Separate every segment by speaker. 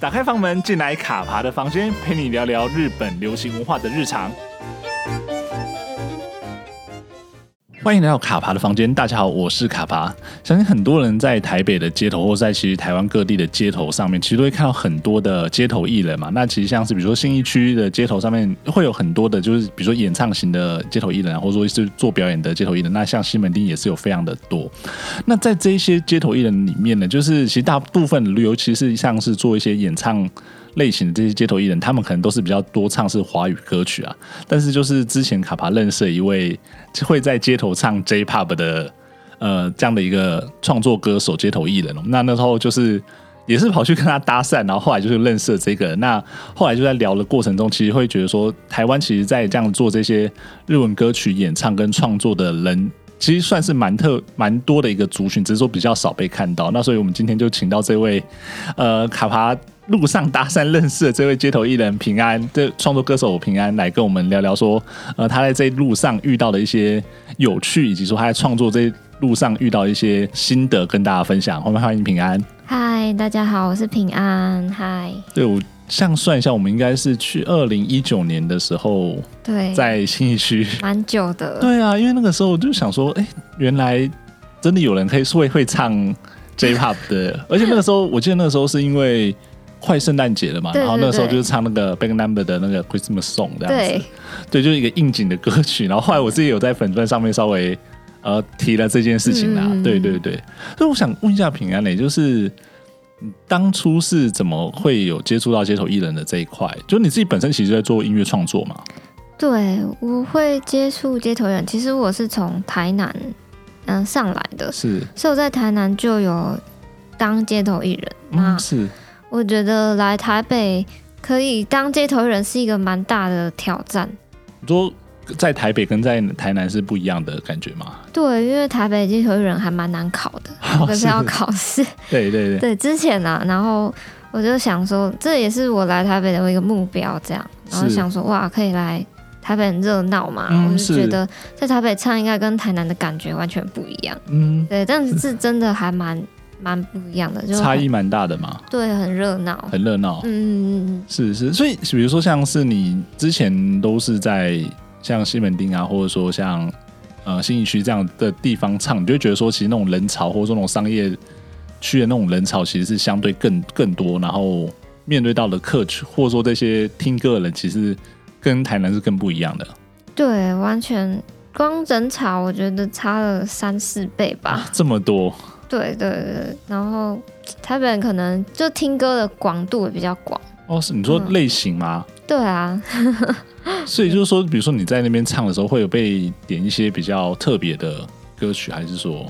Speaker 1: 打开房门，进来卡爬的房间，陪你聊聊日本流行文化的日常。欢迎来到卡爬的房间，大家好，我是卡爬。相信很多人在台北的街头，或在其实台湾各地的街头上面，其实都会看到很多的街头艺人嘛。那其实像是比如说信义区的街头上面，会有很多的，就是比如说演唱型的街头艺人啊，或者说是做表演的街头艺人。那像西门町也是有非常的多。那在这一些街头艺人里面呢，就是其实大部分，尤其是像是做一些演唱。类型的这些街头艺人，他们可能都是比较多唱是华语歌曲啊。但是就是之前卡帕认识了一位会在街头唱 J-Pop 的呃这样的一个创作歌手、街头艺人、哦。那那时候就是也是跑去跟他搭讪，然后后来就是认识了这个人。那后来就在聊的过程中，其实会觉得说，台湾其实在这样做这些日文歌曲演唱跟创作的人。其实算是蛮特蛮多的一个族群，只是说比较少被看到。那所以我们今天就请到这位，呃，卡帕路上搭讪认识的这位街头艺人平安 的创作歌手平安来跟我们聊聊说，呃，他在这一路上遇到的一些有趣，以及说他在创作这一路上遇到一些心得跟大家分享。我们欢迎平安。
Speaker 2: 嗨，大家好，我是平安。嗨，
Speaker 1: 对我像算一下，我们应该是去二零一九年的时候，
Speaker 2: 对，
Speaker 1: 在新义区。
Speaker 2: 蛮久的。
Speaker 1: 对啊，因为那个时候我就想说，哎、原来真的有人可以会会唱 J-pop 的，而且那个时候我记得那个时候是因为快圣诞节了嘛，
Speaker 2: 对
Speaker 1: 然后那个时候
Speaker 2: 对对
Speaker 1: 就是唱那个 Big Number 的那个 Christmas Song 这样
Speaker 2: 对
Speaker 1: 子，对，就是一个应景的歌曲。然后后来我自己有在粉钻上面稍微呃提了这件事情啦，
Speaker 2: 嗯
Speaker 1: 对对对。所以我想问一下平安磊，就是。你当初是怎么会有接触到街头艺人的这一块？就你自己本身其实在做音乐创作嘛？
Speaker 2: 对，我会接触街头艺人。其实我是从台南嗯、上来的，
Speaker 1: 是，
Speaker 2: 所以我在台南就有当街头艺人。那、
Speaker 1: 嗯，是，
Speaker 2: 我觉得来台北可以当街头艺人是一个蛮大的挑战。
Speaker 1: 你说在台北跟在台南是不一样的感觉吗？
Speaker 2: 对，因为台北街头艺人还蛮难考的，
Speaker 1: 好
Speaker 2: 可是要考试。
Speaker 1: 对对对，
Speaker 2: 对，之前啊，然后我就想说，这也是我来台北的一个目标，这样，然后
Speaker 1: 是
Speaker 2: 想说，哇，可以来台北很热闹嘛，
Speaker 1: 嗯
Speaker 2: 我
Speaker 1: 是
Speaker 2: 就觉得在台北唱应该跟台南的感觉完全不一样，
Speaker 1: 嗯，
Speaker 2: 对，但是真的还蛮蛮不一样的，就
Speaker 1: 差
Speaker 2: 很
Speaker 1: 异蛮大的嘛，
Speaker 2: 对，很热闹，
Speaker 1: 很热闹。
Speaker 2: 嗯，嗯
Speaker 1: 是是，所以比如说像是你之前都是在像西门町啊，或者说像呃新义区这样的地方唱，你就会觉得说，其实那种人潮或者说那种商业区的那种人潮，其实是相对更更多，然后面对到的客群或者说这些听歌的人，其实跟台南是更不一样的。
Speaker 2: 对，完全光人潮我觉得差了三四倍吧，
Speaker 1: 这么多，
Speaker 2: 对对对，然后台北人可能就听歌的广度也比较广，
Speaker 1: 哦，是你说
Speaker 2: 嗯
Speaker 1: 类型吗？
Speaker 2: 对啊，
Speaker 1: 所以就是说，比如说你在那边唱的时候，会有被点一些比较特别的歌曲，还是说，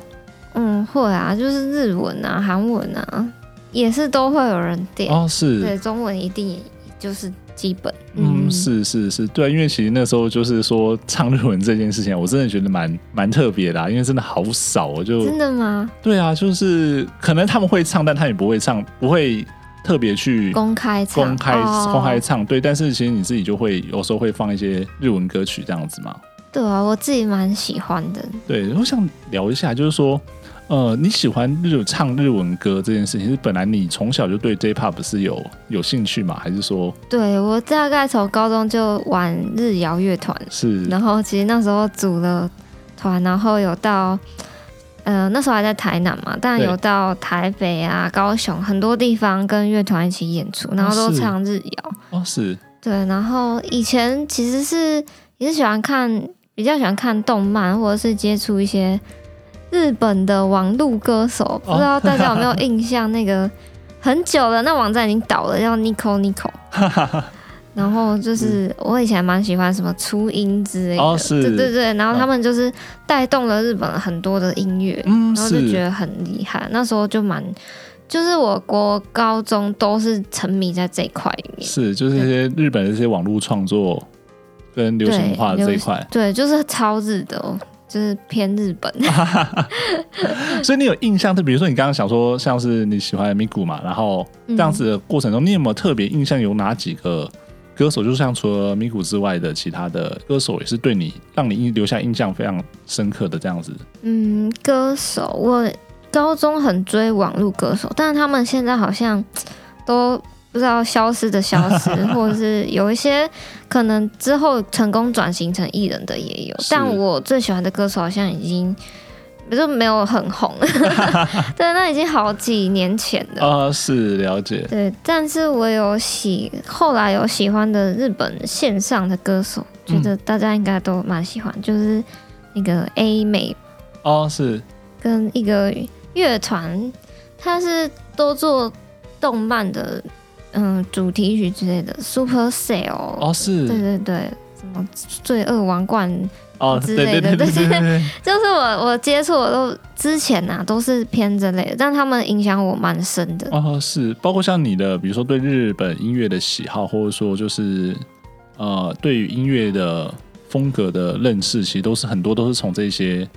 Speaker 2: 嗯，会啊，就是日文啊、韩文啊，也是都会有人点。
Speaker 1: 哦，是，
Speaker 2: 对，中文一定就是基本。
Speaker 1: 嗯，是是是，对啊，因为其实那时候就是说唱日文这件事情啊，我真的觉得蛮蛮特别的、啊，因为真的好少哦，我就
Speaker 2: 真的吗？
Speaker 1: 对啊，就是可能他们会唱，但他们也不会唱，不会特别去
Speaker 2: 公开唱，
Speaker 1: 公开
Speaker 2: 哦
Speaker 1: 公开唱，对，但是其实你自己就会有时候会放一些日文歌曲这样子嘛，
Speaker 2: 对啊，我自己蛮喜欢的。
Speaker 1: 对，我想聊一下，就是说，呃，你喜欢日唱日文歌这件事情，是本来你从小就对 J-pop 是有有兴趣吗？还是说
Speaker 2: 对我大概从高中就玩日摇乐团，
Speaker 1: 是
Speaker 2: 然后其实那时候组了团，然后有到。呃，那时候还在台南嘛，但
Speaker 1: 对
Speaker 2: 有到台北啊、高雄很多地方跟乐团一起演出，然后都
Speaker 1: 是
Speaker 2: 唱日谣。
Speaker 1: 哦是
Speaker 2: 对，然后以前其实是也是喜欢看，比较喜欢看动漫，或者是接触一些日本的网络歌手，不知
Speaker 1: 哦
Speaker 2: 道大家有没 有印象？那个很久了，那网站已经倒了，叫 Nico Nico。然后就是我以前蛮喜欢什么初音之类的，
Speaker 1: 嗯哦是
Speaker 2: 对对对，然后
Speaker 1: 哦
Speaker 2: 他们就是带动了日本很多的音乐，
Speaker 1: 嗯
Speaker 2: 然后就觉
Speaker 1: 是
Speaker 2: 得很厉害。那时候就蛮，就是我国高中都是沉迷在这一块里面。
Speaker 1: 是，就是这些日本的这些网络创作跟流行文化的这一块，
Speaker 2: 对，就是超日的、哦，就是偏日本。
Speaker 1: 所以你有印象？就比如说你刚刚想说，像是你喜欢 Migu 嘛，然后这
Speaker 2: 嗯
Speaker 1: 样子的过程中，你有没有特别印象有哪几个？歌手就像除了 Migu 之外的其他的歌手，也是对你让你印留下印象非常深刻的这样子。
Speaker 2: 嗯，歌手，我高中很追网络歌手，但是他们现在好像都不知道消失的消失，或者是有一些可能之后成功转型成艺人的也有
Speaker 1: 是。
Speaker 2: 但我最喜欢的歌手好像已经就没有很红了， 对，那已经好几年前了。
Speaker 1: 啊、是了解
Speaker 2: 对，但是我有喜，后来有喜欢的日本线上的歌手，觉
Speaker 1: 嗯
Speaker 2: 得大家应该都蛮喜欢，就是那个 A 美
Speaker 1: 哦，是
Speaker 2: 跟一个乐团，他是都做动漫的，嗯，主题曲之类的，Super Cell，、
Speaker 1: 哦是
Speaker 2: 对对对，什么罪恶王冠，
Speaker 1: 哦，对
Speaker 2: 之
Speaker 1: 对
Speaker 2: 类
Speaker 1: 对
Speaker 2: 的
Speaker 1: 对对 对，
Speaker 2: 就是我我接触我都之前呐、都是偏这类的，但他们影响我蛮深的。
Speaker 1: 哦是，包括像你的，比如说对日本音乐的喜好，或者说就是呃，对于音乐的风格的认识，其实都是很多都是从这些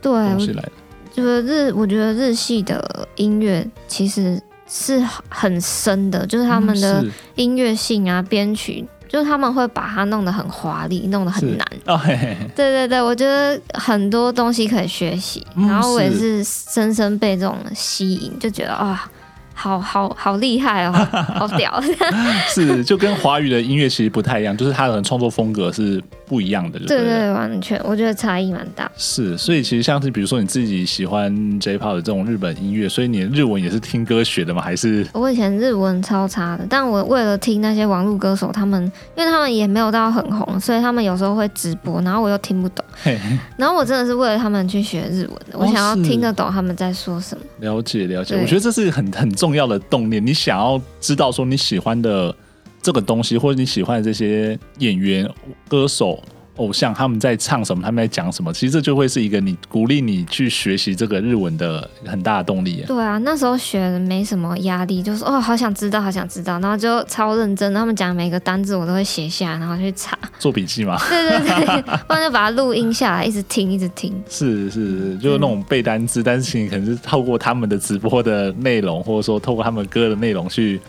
Speaker 2: 对，
Speaker 1: 东
Speaker 2: 我
Speaker 1: 西来的。
Speaker 2: 就是日，我觉得日系的音乐其实是很深的，就是他们的
Speaker 1: 嗯是
Speaker 2: 音乐性啊、编曲，就是他们会把它弄得很华丽，弄得
Speaker 1: 是
Speaker 2: 很难。
Speaker 1: 哦嘿嘿嘿，
Speaker 2: 对对对，我觉得很多东西可以学习，
Speaker 1: 嗯
Speaker 2: 然后我也是深深被这种吸引，就觉得啊，好好好厉害哦，好屌！
Speaker 1: 是就跟华语的音乐其实不太一样，就是它的创作风格是不一样的，就
Speaker 2: 对对
Speaker 1: 了
Speaker 2: 对，完全，我觉得差异蛮大。
Speaker 1: 是，所以其实像是比如说你自己喜欢 J-pop 的这种日本音乐，所以你的日文也是听歌学的吗？还是
Speaker 2: 我以前日文超差的，但我为了听那些网络歌手，他们因为他们也没有到很红，所以他们有时候会直播，然后我又听不懂，
Speaker 1: 嘿
Speaker 2: 然后我真的是为了他们去学日文的，我
Speaker 1: 哦
Speaker 2: 想要
Speaker 1: 是
Speaker 2: 听得懂他们在说什么。
Speaker 1: 了解了解？
Speaker 2: 对
Speaker 1: 我觉得这是很很重要的动念，你想要知道说你喜欢的这个东西，或者你喜欢的这些演员、歌手、偶像他们在唱什么，他们在讲什么，其实这就会是一个你鼓励你去学习这个日文的很大的动力耶。
Speaker 2: 对啊，那时候学的没什么压力，就是哦，好想知道，好想知道，然后就超认真，他们讲每个单字我都会写下来，然后去查，
Speaker 1: 做笔记嘛，
Speaker 2: 对对对，不然就把它录音下来，一直听，一直听。
Speaker 1: 是是是，就是那种背单词，但是你可能是透过他们的直播的内容，或者说透过他们歌的内容去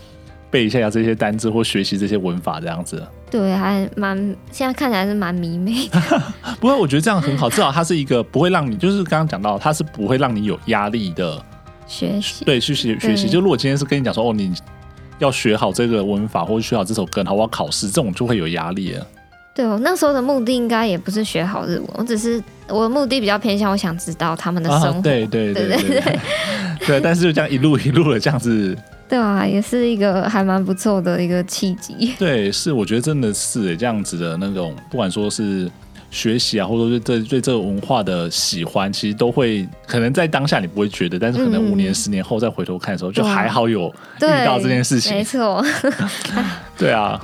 Speaker 1: 背一下这些单字或学习这些文法这样子。
Speaker 2: 对，还蛮现在看起来是蛮迷妹 的，
Speaker 1: 不过我觉得这样
Speaker 2: 嗯
Speaker 1: 很好，至少它是一个不会让你，就是刚刚讲到，它是不会让你有压力的。
Speaker 2: 学习。
Speaker 1: 对，去学学习。
Speaker 2: 对
Speaker 1: 就如果今天是跟你讲说，哦，你要学好这个文法，或者学好这首歌，然后我要考试，这种就会有压力了。
Speaker 2: 对我那时候的目的应该也不是学好日文，我只是我的目的比较偏向我想知道他们的生活。
Speaker 1: 啊对对对
Speaker 2: 对
Speaker 1: 对对， 对，但是就这样一路一路的这样子
Speaker 2: 对啊，也是一个还蛮不错的一个契机。
Speaker 1: 对，是我觉得真的是欸诶这样子的那种，不管说是学习啊，或者说对对对这个文化的喜欢，其实都会可能在当下你不会觉得，但是可能
Speaker 2: 嗯
Speaker 1: 五年、十年后再回头看的时候，就
Speaker 2: 对啊
Speaker 1: 还好有遇
Speaker 2: 对，
Speaker 1: 到这件事情
Speaker 2: 没。错，
Speaker 1: 对啊，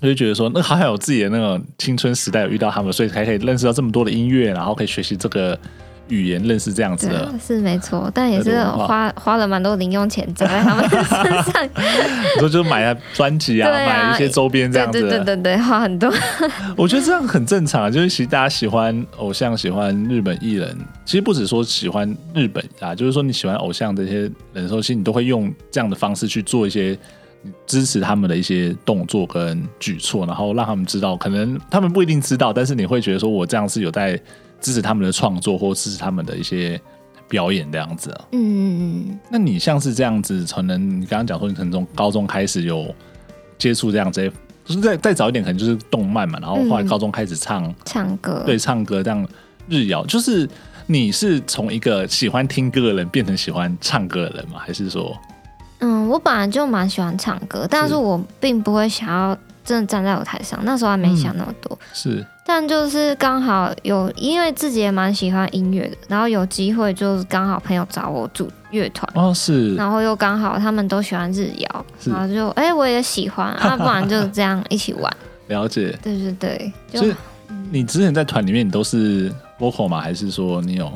Speaker 1: 我就觉得说，那还好有自己的那种青春时代有遇到他们，所以才可以认识到这么多的音乐，然后可以学习这个语言，认识这样子
Speaker 2: 对
Speaker 1: 的
Speaker 2: 啊，是没错，但也
Speaker 1: 这
Speaker 2: 是
Speaker 1: 个文化
Speaker 2: 花花了蛮多零用钱砸在 他们身上。
Speaker 1: 你说就买啊专辑啊，
Speaker 2: 对啊
Speaker 1: 买一些周边这
Speaker 2: 对
Speaker 1: 样子啊
Speaker 2: 对
Speaker 1: 的。
Speaker 2: 对对对，花很多。
Speaker 1: 我觉得这样很正常啊，就是其实大家喜欢偶像、喜欢日本艺人，其实不止说喜欢日本啊，就是说你喜欢偶像这些人的时候，其实你都会用这样的方式去做一些支持他们的一些动作跟举措，然后让他们知道，可能他们不一定知道，但是你会觉得说我这样是有在支持他们的创作或支持他们的一些表演这样子啊。
Speaker 2: 嗯，
Speaker 1: 那你像是这样子，可能你刚刚讲说，你可能从高中开始有接触这样这些，就是再再早一点，可能就是动漫嘛，然后后来
Speaker 2: 嗯
Speaker 1: 高中开始唱，
Speaker 2: 唱歌。
Speaker 1: 对，唱歌这样日谣，就是你是从一个喜欢听歌的人变成喜欢唱歌的人吗？还是说，
Speaker 2: 嗯，我本来就蛮喜欢唱歌，但
Speaker 1: 是
Speaker 2: 是我并不会想要真的站在舞台上，那时候还
Speaker 1: 嗯
Speaker 2: 没想那么多。
Speaker 1: 是
Speaker 2: 但就是刚好有，因为自己也蛮喜欢音乐的，然后有机会就是刚好朋友找我组乐团，
Speaker 1: 哦，是
Speaker 2: 然后又刚好他们都喜欢日谣，
Speaker 1: 是
Speaker 2: 然后就哎、我也喜欢， 啊不然就这样一起玩，
Speaker 1: 了解。
Speaker 2: 对对对，
Speaker 1: 所以
Speaker 2: 就
Speaker 1: 你之前在团里面，你都是 vocal 吗？还是说你有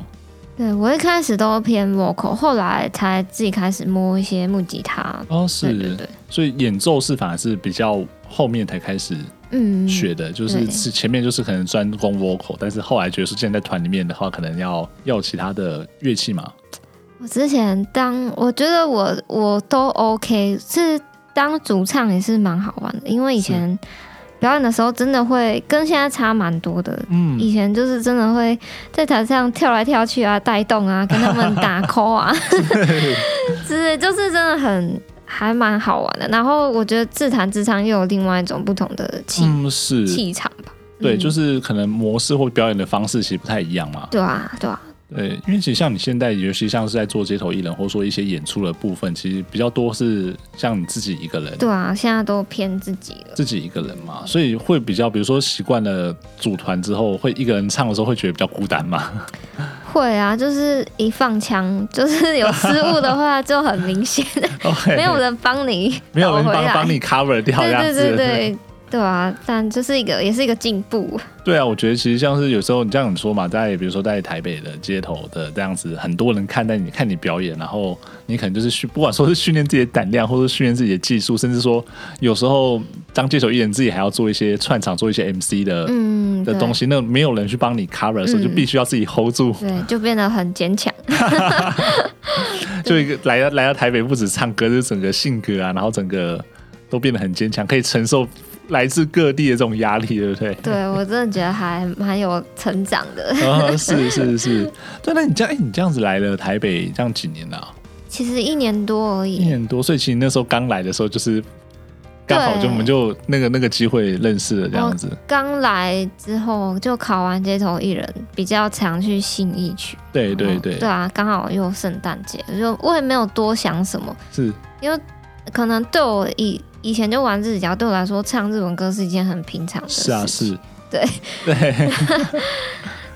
Speaker 2: 对我一开始都偏 vocal，后来才自己开始摸一些木吉他，
Speaker 1: 哦是
Speaker 2: 对对对，
Speaker 1: 所以演奏是反而是比较后面才开始
Speaker 2: 嗯，
Speaker 1: 学的，就是
Speaker 2: 对
Speaker 1: 是前面就是可能专攻 vocal，但是后来觉得说，现在在团里面的话，可能要要有其他的乐器嘛。
Speaker 2: 我之前当我觉得我我都 OK，是当主唱也是蛮好玩的，因为以前表演的时候真的会跟现在差蛮多的。
Speaker 1: 嗯，
Speaker 2: 以前就是真的会在台上跳来 跳去啊，带动啊，跟他们打 call 啊，之类，就是真的很还蛮好玩的。然后我觉得自弹自唱又有另外一种不同的气、
Speaker 1: 嗯，是，
Speaker 2: 气场吧。
Speaker 1: 对，
Speaker 2: 嗯
Speaker 1: 就是可能模式或表演的方式其实不太一样嘛。
Speaker 2: 对啊，对啊，
Speaker 1: 对，因为其实像你现在，尤其像是在做街头艺人，或者说一些演出的部分，其实比较多是像你自己一个人，
Speaker 2: 对啊，现在都偏自己了。
Speaker 1: 自己一个人嘛，所以会比较，比如说习惯了组团之后，会一个人唱的时候会觉得比较孤单 嘛。
Speaker 2: 会啊，就是一放枪，就是有失误的话就很明显，
Speaker 1: OK，
Speaker 2: 没有人帮你，
Speaker 1: 没有人帮
Speaker 2: 回来
Speaker 1: 帮你 cover 掉这
Speaker 2: 对
Speaker 1: 样
Speaker 2: 对
Speaker 1: 子，
Speaker 2: 对对对啊，但就是一个也是一个进步，
Speaker 1: 对啊，我觉得其实像是有时候你这样说嘛，在比如说在台北的街头的这样子，很多人看待你看你表演，然后你可能就是训，不管说是训练自己的胆量，或者训练自己的技术，甚至说有时候当街头艺人自己还要做一些串场，做一些 MC 的、
Speaker 2: 嗯，
Speaker 1: 呃的
Speaker 2: 对
Speaker 1: 东西，那没有人去帮你 cover 的时候，
Speaker 2: 嗯
Speaker 1: 就必须要自己 hold 住。
Speaker 2: 对，就变得很坚 强。嗯
Speaker 1: 就一个来到来到台北，不止唱歌，就是整个性格啊，然后整个都变得很坚强，可以承受来自各地的这种压力，对不对？
Speaker 2: 对我真的觉得还蛮有成长的。
Speaker 1: 啊、是是是，对，那你这样，哎、你这样子来了台北，这样几年了啊、
Speaker 2: 其实一年多而
Speaker 1: 一
Speaker 2: 已，
Speaker 1: 年多，所以其实那时候刚来的时候，就是刚好就
Speaker 2: 对哦
Speaker 1: 我们就那个那个机会认识了这样子。
Speaker 2: 刚来之后就考完街头艺人，比较常去信义区。
Speaker 1: 对对
Speaker 2: 嗯
Speaker 1: 对，
Speaker 2: 对啊，刚好又圣诞节，就我也没有多想什么，
Speaker 1: 是
Speaker 2: 因为可能对我以以前就玩日语，角，对我来说唱日文歌是一件很平常的事。
Speaker 1: 是啊是，
Speaker 2: 对
Speaker 1: 对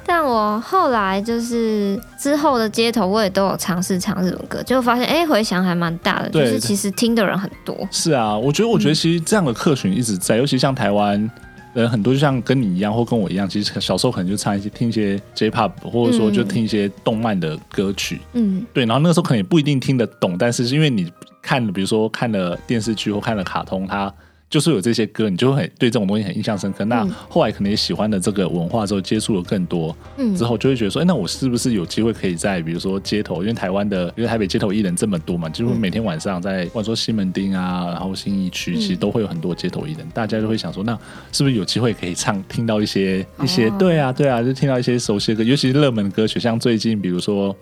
Speaker 2: 但我后来就是之后的街头，我也都有尝试唱日文歌，就发现哎、诶回响还蛮大的，就
Speaker 1: 对
Speaker 2: 是其实听的人很多。
Speaker 1: 是啊，我觉得我觉得其实这样的客群一直在，尤其像台湾。人很多，就像跟你一样，或跟我一样，其实小时候可能就唱一些听一些 J-pop，或者说就
Speaker 2: 嗯
Speaker 1: 听一些动漫的歌曲，
Speaker 2: 嗯，
Speaker 1: 对，然后那个时候可能也不一定听得懂，但是是因为你看了，比如说看了电视剧或看了卡通，它就是有这些歌，你就会很对这种东西很印象深刻。那
Speaker 2: 嗯
Speaker 1: 后来可能也喜欢了这个文化之后，接触了更多，
Speaker 2: 嗯
Speaker 1: 之后就会觉得说，哎，那我是不是有机会可以在比如说街头，因为台湾的因为台北街头艺人这么多嘛，几乎每天晚上在或者说西门町啊，然后新义区，
Speaker 2: 嗯
Speaker 1: 其实都会有很多街头艺人，大家就会想说，那是不是有机会可以唱听到一些一些、
Speaker 2: 哦
Speaker 1: 对啊对啊，就听到一些熟悉的歌，尤其是热门歌曲，像最近比如说。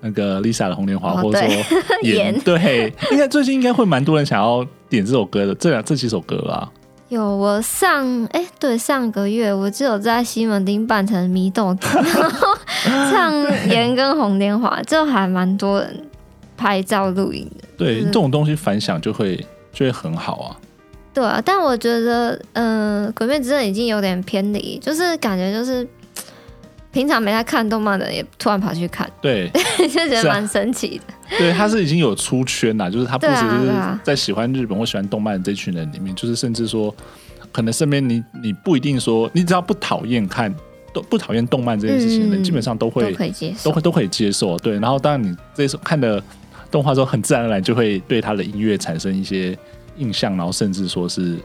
Speaker 1: 那个 Lisa 的《红莲华》，
Speaker 2: 哦
Speaker 1: 或者说
Speaker 2: 盐
Speaker 1: 对，应该最近应该会蛮多人想要点这首歌的，这两这几首歌啦。
Speaker 2: 有，我上哎、对，上个月我只有在西门町扮成迷 豆子，然后唱盐跟红莲华，就还蛮多人拍照录影的。
Speaker 1: 对，
Speaker 2: 嗯
Speaker 1: 这种东西反响就会就会很好啊。
Speaker 2: 对啊，但我觉得，嗯、鬼灭之刃》已经有点偏离，就是感觉就是平常没在看动漫的人，也突然跑去看，
Speaker 1: 对，
Speaker 2: 就觉
Speaker 1: 是
Speaker 2: 得
Speaker 1: 啊
Speaker 2: 蛮神奇的。
Speaker 1: 对，他是已经有出圈啦，就是他不
Speaker 2: 对
Speaker 1: 只
Speaker 2: 啊
Speaker 1: 是
Speaker 2: 对啊
Speaker 1: 在喜欢日本或喜欢动漫这群人里面，就是甚至说，可能身边你你不一定说，你只要不讨厌看，都不讨厌动漫这件事情的人，
Speaker 2: 嗯
Speaker 1: 基本上都会
Speaker 2: 都可以接受
Speaker 1: 都。会都可以接受。对，然后当然你这时候看的动画之后，很自然而然就会对他的音乐产生一些印象，然后甚至说是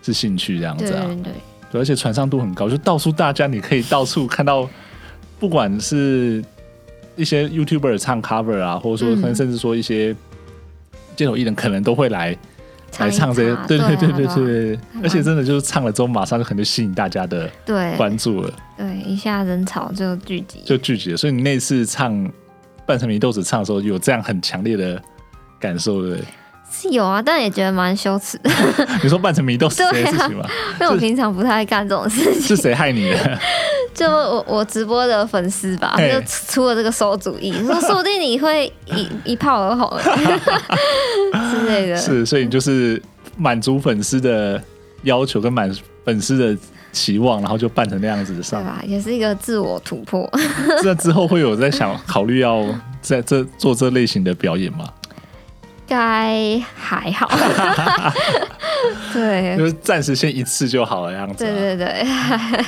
Speaker 1: 是兴趣这样
Speaker 2: 对
Speaker 1: 子啊。
Speaker 2: 对对，
Speaker 1: 对，而且传唱度很高，就到处大家你可以到处看到，不管是一些 YouTuber 唱 cover 啊，或者说
Speaker 2: 嗯
Speaker 1: 甚甚至说一些街头艺人，可能都会来来唱这些
Speaker 2: 一，
Speaker 1: 对对
Speaker 2: 对
Speaker 1: 对
Speaker 2: 啊
Speaker 1: 对
Speaker 2: 啊
Speaker 1: 对，
Speaker 2: 啊
Speaker 1: 而且真的就是唱了之后，马上就可能就吸引大家的
Speaker 2: 对
Speaker 1: 关注了，
Speaker 2: 对，一下人潮就聚集。
Speaker 1: 就拒绝。所以你那次唱半成迷豆子唱的时候，有这样很强烈的感受，对不对？
Speaker 2: 是有啊，但也觉得蛮羞耻的，
Speaker 1: 你说半成迷豆子这件事情吗？
Speaker 2: 因为我平常不太干这种事情
Speaker 1: 是。谁害你的？
Speaker 2: 就我我直播的粉丝吧，
Speaker 1: 嘿
Speaker 2: 就出了这个馊主意， 说说不定你会一一炮而红、之类 的。
Speaker 1: 是，所以你就是满足粉丝的要求跟满粉丝的期望，然后就办成那样子
Speaker 2: 对
Speaker 1: 上。
Speaker 2: 吧？也是一个自我突破。
Speaker 1: 这之后会有在想考虑要在这做这类型的表演吗？
Speaker 2: 呃该还好。对
Speaker 1: 就是暂时先一次就好了样子、啊。
Speaker 2: 对对对，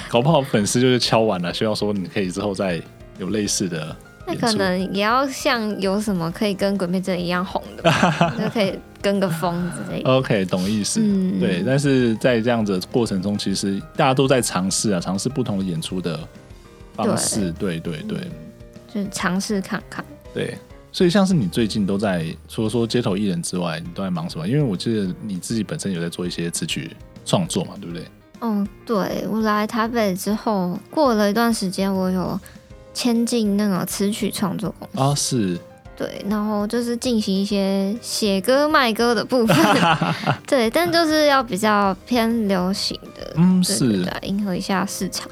Speaker 1: 搞不好粉丝就是敲完了，希望说你可以之后再有类似的
Speaker 2: 那
Speaker 1: 演
Speaker 2: 可
Speaker 1: 出。
Speaker 2: 能也要像有什么可以跟鬼灭之刃一样红的吧，就可以跟个风之类的。
Speaker 1: OK，懂意思。
Speaker 2: 嗯
Speaker 1: 对，但是在这样子的过程中，其实大家都在尝试啊，尝试不同的演出的方
Speaker 2: 对
Speaker 1: 式。对对对。
Speaker 2: 就尝试看看。
Speaker 1: 对，所以像是你最近都在除了说街头艺人之外，你都在忙什么？因为我记得你自己本身有在做一些词曲创作嘛，对不对？
Speaker 2: 哦，对，我来台北之后，过了一段时间，我有签进那个词曲创作公司。
Speaker 1: 啊，是，
Speaker 2: 对，然后就是进行一些写歌卖歌的部分，对，但就是要比较偏流行的，
Speaker 1: 嗯，
Speaker 2: 对对
Speaker 1: 是
Speaker 2: 对，迎合一下市场。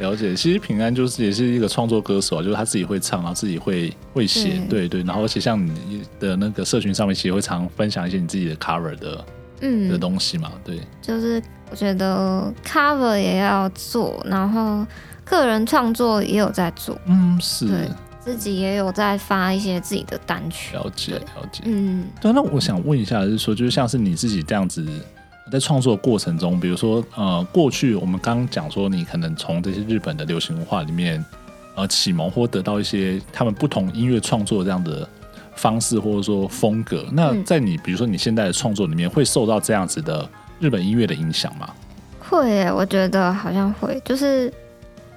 Speaker 1: 了解。其实平安就是也是一个创作歌手啊，就是他自己会唱，然后自己会会写，对对。然后而且像你的那个社群上面，其实会常分享一些你自己的 cover 的的
Speaker 2: 嗯，
Speaker 1: 东西嘛，对。
Speaker 2: 就是我觉得 cover 也要做，然后个人创作也有在做，
Speaker 1: 嗯，是
Speaker 2: 对自己也有在发一些自己的单曲。
Speaker 1: 了解了解。
Speaker 2: 嗯，
Speaker 1: 对啊，那我想问一下，就是说，就是像是你自己这样子在创作过程中，比如说呃，过去我们刚刚讲说，你可能从这些日本的流行文化里面呃启蒙或得到一些他们不同音乐创作这样的方式或者说风格。那
Speaker 2: 嗯
Speaker 1: 在你比如说你现在的创作里面，会受到这样子的日本音乐的影响吗？
Speaker 2: 会耶，我觉得好像会，就是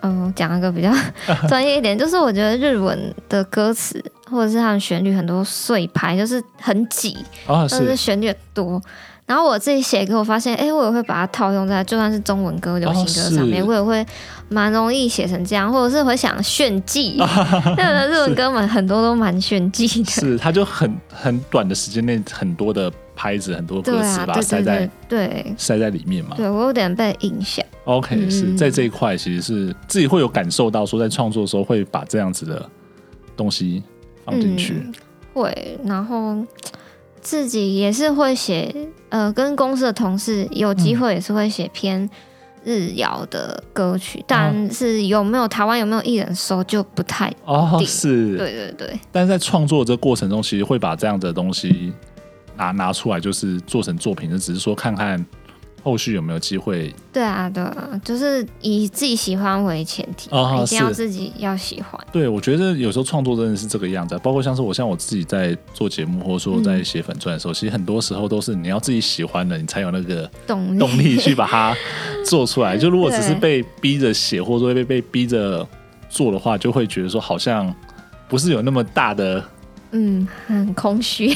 Speaker 2: 嗯，讲一个比较 专业一点，就是我觉得日文的歌词或者是它的旋律很多碎拍，就是很挤，
Speaker 1: 啊，
Speaker 2: 但是
Speaker 1: 是
Speaker 2: 旋律很多。然后我自己写歌，我发现，哎、我也会把它套用在就算是中文歌、流行歌上面，
Speaker 1: 是
Speaker 2: 我也会蛮容易写成这样，或者是会想炫 技。那日文歌蛮很多都蛮炫技的，
Speaker 1: 是，它就很很短的时间内很多的拍子，很多
Speaker 2: 对
Speaker 1: 歌词
Speaker 2: 啊，
Speaker 1: 把
Speaker 2: 对
Speaker 1: 它塞
Speaker 2: 对
Speaker 1: 在
Speaker 2: 对对，
Speaker 1: 塞在里面嘛。
Speaker 2: 对我有点被影响。
Speaker 1: OK，、
Speaker 2: 嗯
Speaker 1: 是在这一块，其实是自己会有感受到，说在创作的时候会把这样子的东西放进去。
Speaker 2: 嗯会，然后自己也是会写，呃，跟公司的同事有
Speaker 1: 嗯
Speaker 2: 机会也是会写偏日谣的歌曲，但是有没有台湾有没有艺人收就不太，
Speaker 1: 哦，
Speaker 2: 定
Speaker 1: 是，
Speaker 2: 对对对，
Speaker 1: 但是在创作这过程中，其实会把这样的东西拿拿出来，就是做成作品，就只是说看看后续有没有机会。
Speaker 2: 对啊对啊，就是以自己喜欢为前提嘛，
Speaker 1: 哦
Speaker 2: 一定要
Speaker 1: 是
Speaker 2: 自己要喜欢，
Speaker 1: 对我觉得有时候创作真的是这个样子啊、包括像是我像我自己在做节目，或者说
Speaker 2: 嗯
Speaker 1: 在写粉钻的时候，其实很多时候都是你要自己喜欢的，你才有那个
Speaker 2: 动力，
Speaker 1: 动力去把它做出来。就如果只是
Speaker 2: 对
Speaker 1: 被逼着写，或者说被被逼着做的话，就会觉得说好像不是有那么大的
Speaker 2: 嗯，很空虚，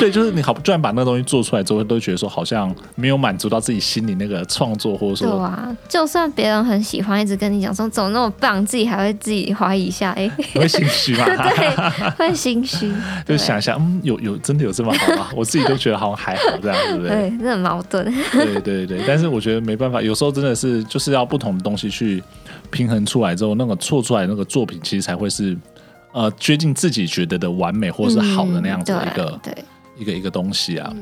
Speaker 1: 对，就是你好，居然把那个东西做出来之后，都觉得说好像没有满足到自己心里那个创作，或者
Speaker 2: 对
Speaker 1: 说
Speaker 2: 啊，就算别人很喜欢，一直跟你讲说怎么那么棒，自己还会自己怀疑一下， 哎、
Speaker 1: 你会心虚嘛，
Speaker 2: 对，会心虚，
Speaker 1: 就想一下，嗯，有有真的有这么好吗？我自己都觉得好像还好 这样，对不对？
Speaker 2: 对，这很矛盾。
Speaker 1: 对对 对，但是我觉得没办法，有时候真的是就是要不同的东西去平衡出来之后，那个做出来的那个作品，其实才会是呃接近自己觉得的完美或是好的那样子的
Speaker 2: 嗯
Speaker 1: 一个、
Speaker 2: 对对，
Speaker 1: 一个一个东西啊。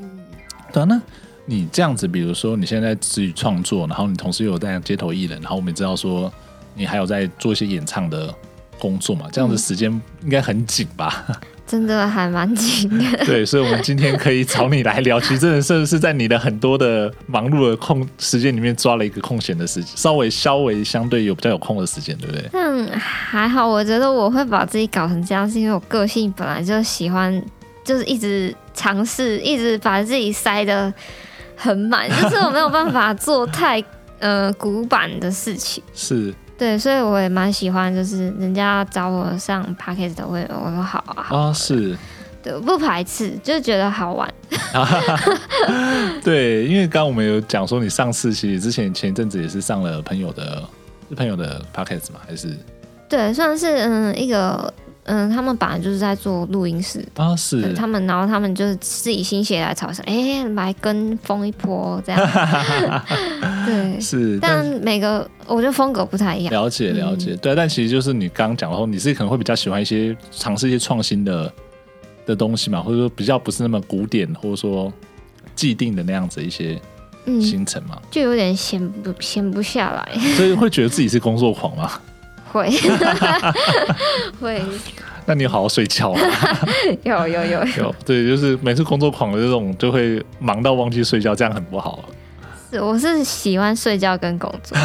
Speaker 1: 对啊，那你这样子，比如说你现在自己创作，然后你同时又有在街头艺人，然后我们也知道说你还有在做一些演唱的工作嘛，这样子时间应该很紧吧？
Speaker 2: 真的还蛮紧 的。
Speaker 1: 对，所以，我们今天可以找你来聊，其实真的是是在你的很多的忙碌的空时间里面抓了一个空闲的时间，稍微稍微相对有比较有空的时间，对不对？
Speaker 2: 但还好，我觉得我会把自己搞成这样，是因为我个性本来就喜欢，就是一直尝试，一直把自己塞得很满， 就是我没有办法做太呃古板的事情。
Speaker 1: 是
Speaker 2: 对，所以我也蛮喜欢，就是人家找我上 p a c k a g e 的，我也我说好啊，好
Speaker 1: 啊，是
Speaker 2: 对，我不排斥，就是觉得好玩。
Speaker 1: 对，因为刚刚我们有讲说，你上次其实之前前一阵子也是上了朋友的，是朋友的 podcast 嘛，还是
Speaker 2: 对，算是嗯一个嗯，他们本来就是在做录音室
Speaker 1: 啊
Speaker 2: 对
Speaker 1: 是
Speaker 2: 他们，然后他们就是自己心血来潮想，哎、来跟风一波这样。 对，
Speaker 1: 是，
Speaker 2: 但嗯
Speaker 1: 但
Speaker 2: 每个我觉得风格不太一样。
Speaker 1: 了解了解，对，但其实就是你刚刚讲的话，你自己可能会比较喜欢一些尝试一些创新的的东西嘛，或者说比较不是那么古典，或者说既定的那样子一些
Speaker 2: 嗯，
Speaker 1: 行程嘛，
Speaker 2: 就有点闲不闲不下来，
Speaker 1: 所以会觉得自己是工作狂嘛？
Speaker 2: 会会
Speaker 1: 那你好好睡觉 啊！
Speaker 2: 有有有
Speaker 1: 有对，就是每次工作狂的这种就会忙到忘记睡觉，这样很不好。啊
Speaker 2: 是，我是喜欢睡觉跟工作，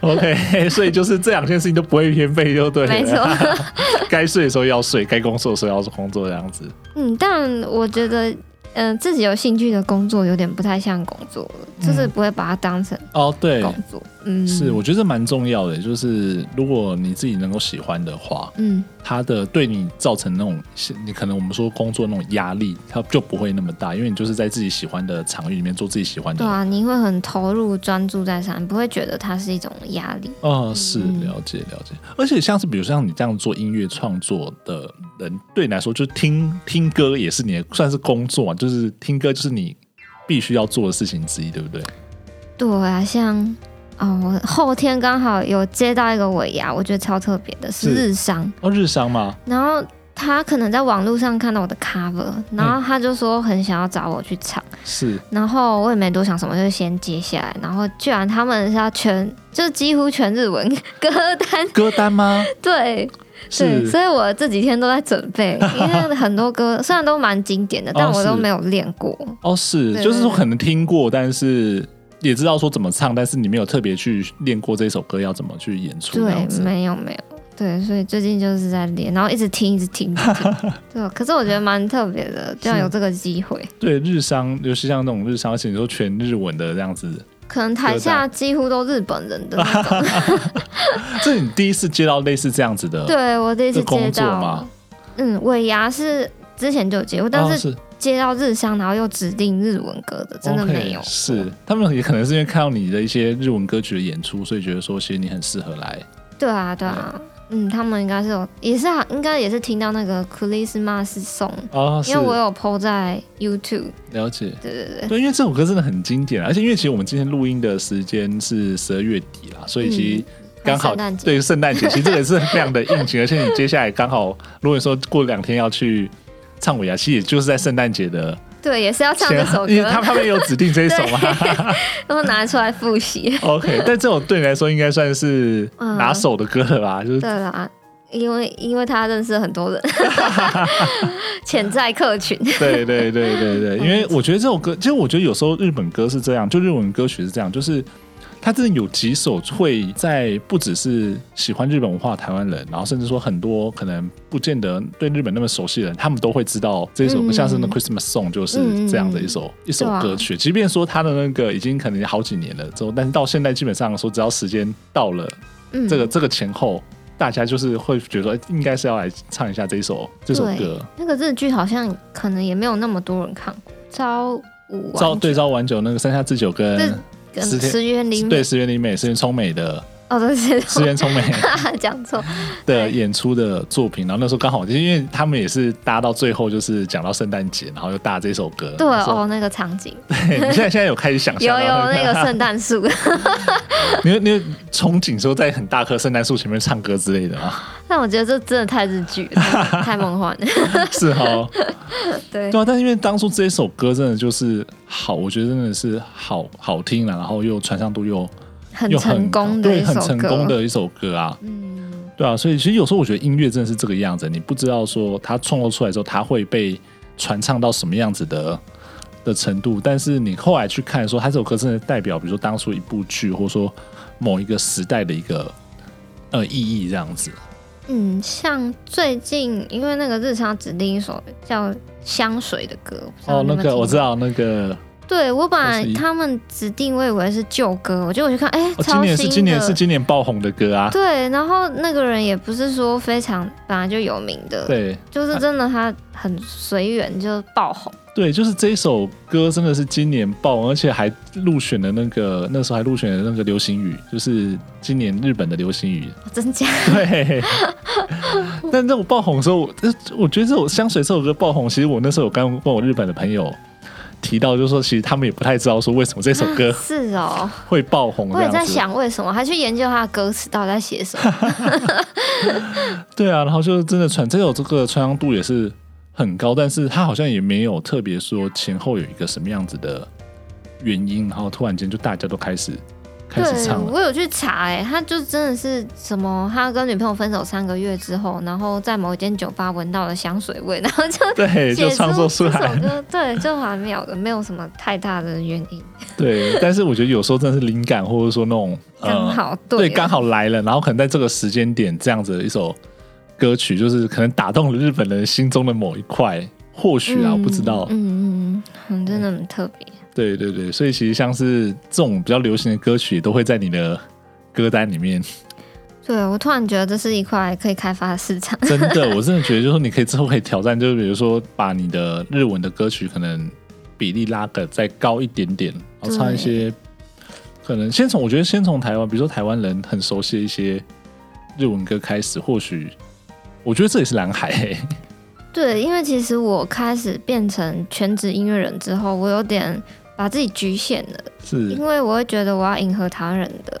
Speaker 1: OK，所以 就是这两件事情都不会偏废，就对了。啊
Speaker 2: 没错，。
Speaker 1: 该睡的时候要睡，该工作的时候要工作，这样子。
Speaker 2: 嗯，但我觉得，嗯、自己有兴趣的工作有点不太像工作了，就是
Speaker 1: 嗯
Speaker 2: 不会把它当成
Speaker 1: 哦，对，
Speaker 2: 工作。嗯，
Speaker 1: 是，我觉得这蛮重要的，就是如果你自己能够喜欢的话，
Speaker 2: 嗯
Speaker 1: 它的对你造成那种是你可能我们说工作那种压力，它就不会那么大，因为你就是在自己喜欢的场域里面做自己喜欢的
Speaker 2: 对啊，你会很投入专注在上面，不会觉得它是一种压力。
Speaker 1: 哦，是
Speaker 2: 嗯
Speaker 1: 了解了解，而且像是比如像你这样做音乐创作的人，对你来说，就听听歌也是你的算是工作嘛，就是听歌就是你必须要做的事情之一，对不对？
Speaker 2: 对啊，像哦，我后天刚好有接到一个尾牙，我觉得超特别的，是
Speaker 1: 是
Speaker 2: 日商，
Speaker 1: 哦，日商吗？
Speaker 2: 然后。他可能在网络上看到我的 cover，然后他就说很想要找我去唱，
Speaker 1: 是
Speaker 2: 然后我也没多想什么，就先接下来。然后居然他们是要全， 就几乎全日文歌单，
Speaker 1: 歌单 吗？
Speaker 2: 对对，
Speaker 1: 是
Speaker 2: 所以我这几天都在准 备，因为很多歌虽然都蛮经典的，但
Speaker 1: 哦
Speaker 2: 我
Speaker 1: 是
Speaker 2: 都没有练过。
Speaker 1: 哦，是，
Speaker 2: 对
Speaker 1: 就是说
Speaker 2: 对
Speaker 1: 可能听过，但是也知道说怎么唱，但是你没有特别去练过这首歌要怎么去演出这样
Speaker 2: 对，
Speaker 1: 子。
Speaker 2: 没有没有，对，所以最近就是在练，然后一直听，一直听，一直听 对。可是我觉得蛮特别的，居然有这个机会，
Speaker 1: 对日商，尤其像那种日商，而且你说全日文的这样子，
Speaker 2: 可能台下几乎都日本人 的那种。
Speaker 1: 这是你第一次接到类似这样子的
Speaker 2: 对我第一次
Speaker 1: 这工
Speaker 2: 接
Speaker 1: 作
Speaker 2: 到
Speaker 1: 吗，？
Speaker 2: 嗯，尾牙是之前就有接过，但
Speaker 1: 哦
Speaker 2: 是接到日商，然后又指定日文歌的，真的
Speaker 1: OK，
Speaker 2: 没有。
Speaker 1: 是，他们也可能是因为看到你的一些日文歌曲的演出，所以觉得说其实你很适合来。
Speaker 2: 对啊，对啊。嗯，他们应该是有，也是啊，应该也是听到那个 Christmas song，
Speaker 1: 哦，
Speaker 2: 因为我有 PO 在 YouTube，
Speaker 1: 了解。
Speaker 2: 对对对，
Speaker 1: 对，因为这首歌真的很经典啊，而且因为其实我们今天录音的时间是十二月底啦，所以其实
Speaker 2: 嗯
Speaker 1: 刚好、
Speaker 2: 圣诞节
Speaker 1: 对圣诞 节，其实这个也是非常的应景，而且你接下来刚好，如果说过两天要去唱尾牙，其实也就是在圣诞节的
Speaker 2: 对，也是要唱这首
Speaker 1: 啊因为他
Speaker 2: 歌，
Speaker 1: 他们也有指定这一首 嘛。
Speaker 2: 然后拿出来复习。
Speaker 1: OK，但这首对你来说应该算是
Speaker 2: 嗯
Speaker 1: 拿手的歌了吧？就是
Speaker 2: 对啦，因为因为他认识很多人， 潜在客群。
Speaker 1: 对对对对对，因为我觉得这首歌，其实我觉得有时候日本歌是这样，就日文歌曲是这样，就是它真的有几首会在不只是喜欢日本文化的台湾人，然后甚至说很多可能不见得对日本那么熟悉的人，他们都会知道这首歌，
Speaker 2: 嗯啊
Speaker 1: 像是那 Christmas Song 就是这样的一首、一首歌曲。即便说它的那个已经可能好几年了之后，但是到现在基本上说，只要时间到了，
Speaker 2: 嗯，
Speaker 1: 这个这个前后。大家就是会觉得说，哎应该是要来唱一下这一首这首
Speaker 2: 对
Speaker 1: 歌，
Speaker 2: 那个日剧好像可能也没有那么多人看过，朝五
Speaker 1: 朝
Speaker 2: 晚
Speaker 1: 对朝晚九那个山下智久跟
Speaker 2: 这跟
Speaker 1: 石田
Speaker 2: 石原里
Speaker 1: 对
Speaker 2: 美，
Speaker 1: 石原里美、石原聪美的
Speaker 2: 哦，对，石原
Speaker 1: 石原聪美
Speaker 2: 讲错，
Speaker 1: 的演出的作品，然后那时候刚好就是因为他们也是搭到最后，就是讲到圣诞节，然后又搭这首歌。
Speaker 2: 对
Speaker 1: 那时候，
Speaker 2: 哦，那个场景
Speaker 1: 嘿 你现在现在有开始想
Speaker 2: 有
Speaker 1: 象
Speaker 2: 有
Speaker 1: 到
Speaker 2: 那个圣诞树，
Speaker 1: 你有你有憧憬说在很大棵圣诞树前面唱歌之类的 吗？
Speaker 2: 但我觉得这真的太日剧了，太梦幻了。
Speaker 1: 是哦，
Speaker 2: 对
Speaker 1: 对啊，但是因为当初这首歌真的就是好，我觉得真的是好好听啊了，然后又传唱度又
Speaker 2: 很
Speaker 1: 又很
Speaker 2: 成功的
Speaker 1: 对，
Speaker 2: 一
Speaker 1: 很
Speaker 2: 首
Speaker 1: 成功
Speaker 2: 歌，
Speaker 1: 的一首歌啊。
Speaker 2: 嗯，
Speaker 1: 对啊，所以其实有时候我觉得音乐真的是这个样子，你不知道说它创作出来之后，它会被传唱到什么样子的的程度，但是你后来去看说，它这首歌真的代表，比如说当初一部剧，或者说某一个时代的一个呃意义这样子。
Speaker 2: 嗯，像最近因为那个日常指定一首叫《香水》的歌，不知道
Speaker 1: 哦，
Speaker 2: 你有
Speaker 1: 那
Speaker 2: 没有
Speaker 1: 个我知
Speaker 2: 听过。
Speaker 1: 道，那个
Speaker 2: 对我本来
Speaker 1: 二十一
Speaker 2: 他们指定我以为是旧歌，我结果去看，哎、
Speaker 1: 哦，今
Speaker 2: 超新
Speaker 1: 年
Speaker 2: 的。
Speaker 1: 是今年是今年爆红的歌啊，
Speaker 2: 对，然后那个人也不是说非常本来就有名的，
Speaker 1: 对
Speaker 2: 就是真的他很随缘就爆红。
Speaker 1: 对，就是这一首歌真的是今年爆红，而且还入选了那个那时候还入选了那个流行语，就是今年日本的流行语
Speaker 2: 真假？
Speaker 1: 对， 但在我爆红的时候，我呃我觉得这首《香水》这首歌爆红，其实我那时候有跟跟我日本的朋友提到，就是说其实他们也不太知道说为什么这首歌
Speaker 2: 是 哦，
Speaker 1: 会爆红
Speaker 2: 我
Speaker 1: 这
Speaker 2: 也在
Speaker 1: 样子。
Speaker 2: 想为什么，还去研究他的歌词到底在写什 么。
Speaker 1: 对啊，然后就真的传这首这个传唱度也是很高，但是它好像也没有特别说前后有一个什么样子的原因，然后突然间就大家都开始开始
Speaker 2: 对，
Speaker 1: 唱了。
Speaker 2: 我有去查、哎，他就真的是什么，他跟女朋友分手三个月之后，然后在某一间酒吧闻到了香水味，然后就
Speaker 1: 对，
Speaker 2: 写
Speaker 1: 就创作出
Speaker 2: 这首
Speaker 1: 来。
Speaker 2: 歌。对，就蛮妙的，没有什么太大的原因，
Speaker 1: 对，但是我觉得有时候真的是灵感，或者说那种
Speaker 2: 刚、
Speaker 1: 呃
Speaker 2: 好
Speaker 1: 对，
Speaker 2: 对了
Speaker 1: 刚好来了，然后可能在这个时间点，这样子的一首歌曲，就是可能打动了日本人心中的某一块，或许啊，我不知道。
Speaker 2: 嗯嗯嗯，很真的很特别。
Speaker 1: 对对对，所以其实像是这种比较流行的歌曲，都会在你的歌单里面。
Speaker 2: 对我突然觉得这是一块可以开发的市场。
Speaker 1: 真的，我真的觉得就是你可以之后可以挑战，就是比如说把你的日文的歌曲可能比例拉的再高一点点，然后唱一些可能先从我觉得先从台湾，比如说台湾人很熟悉的一些日文歌开始，或许我觉得这也是蓝海、欸。
Speaker 2: 对，因为其实我开始变成全职音乐人之后，我有点把自己局限了，
Speaker 1: 是
Speaker 2: 因为我会觉得我要迎合台湾人的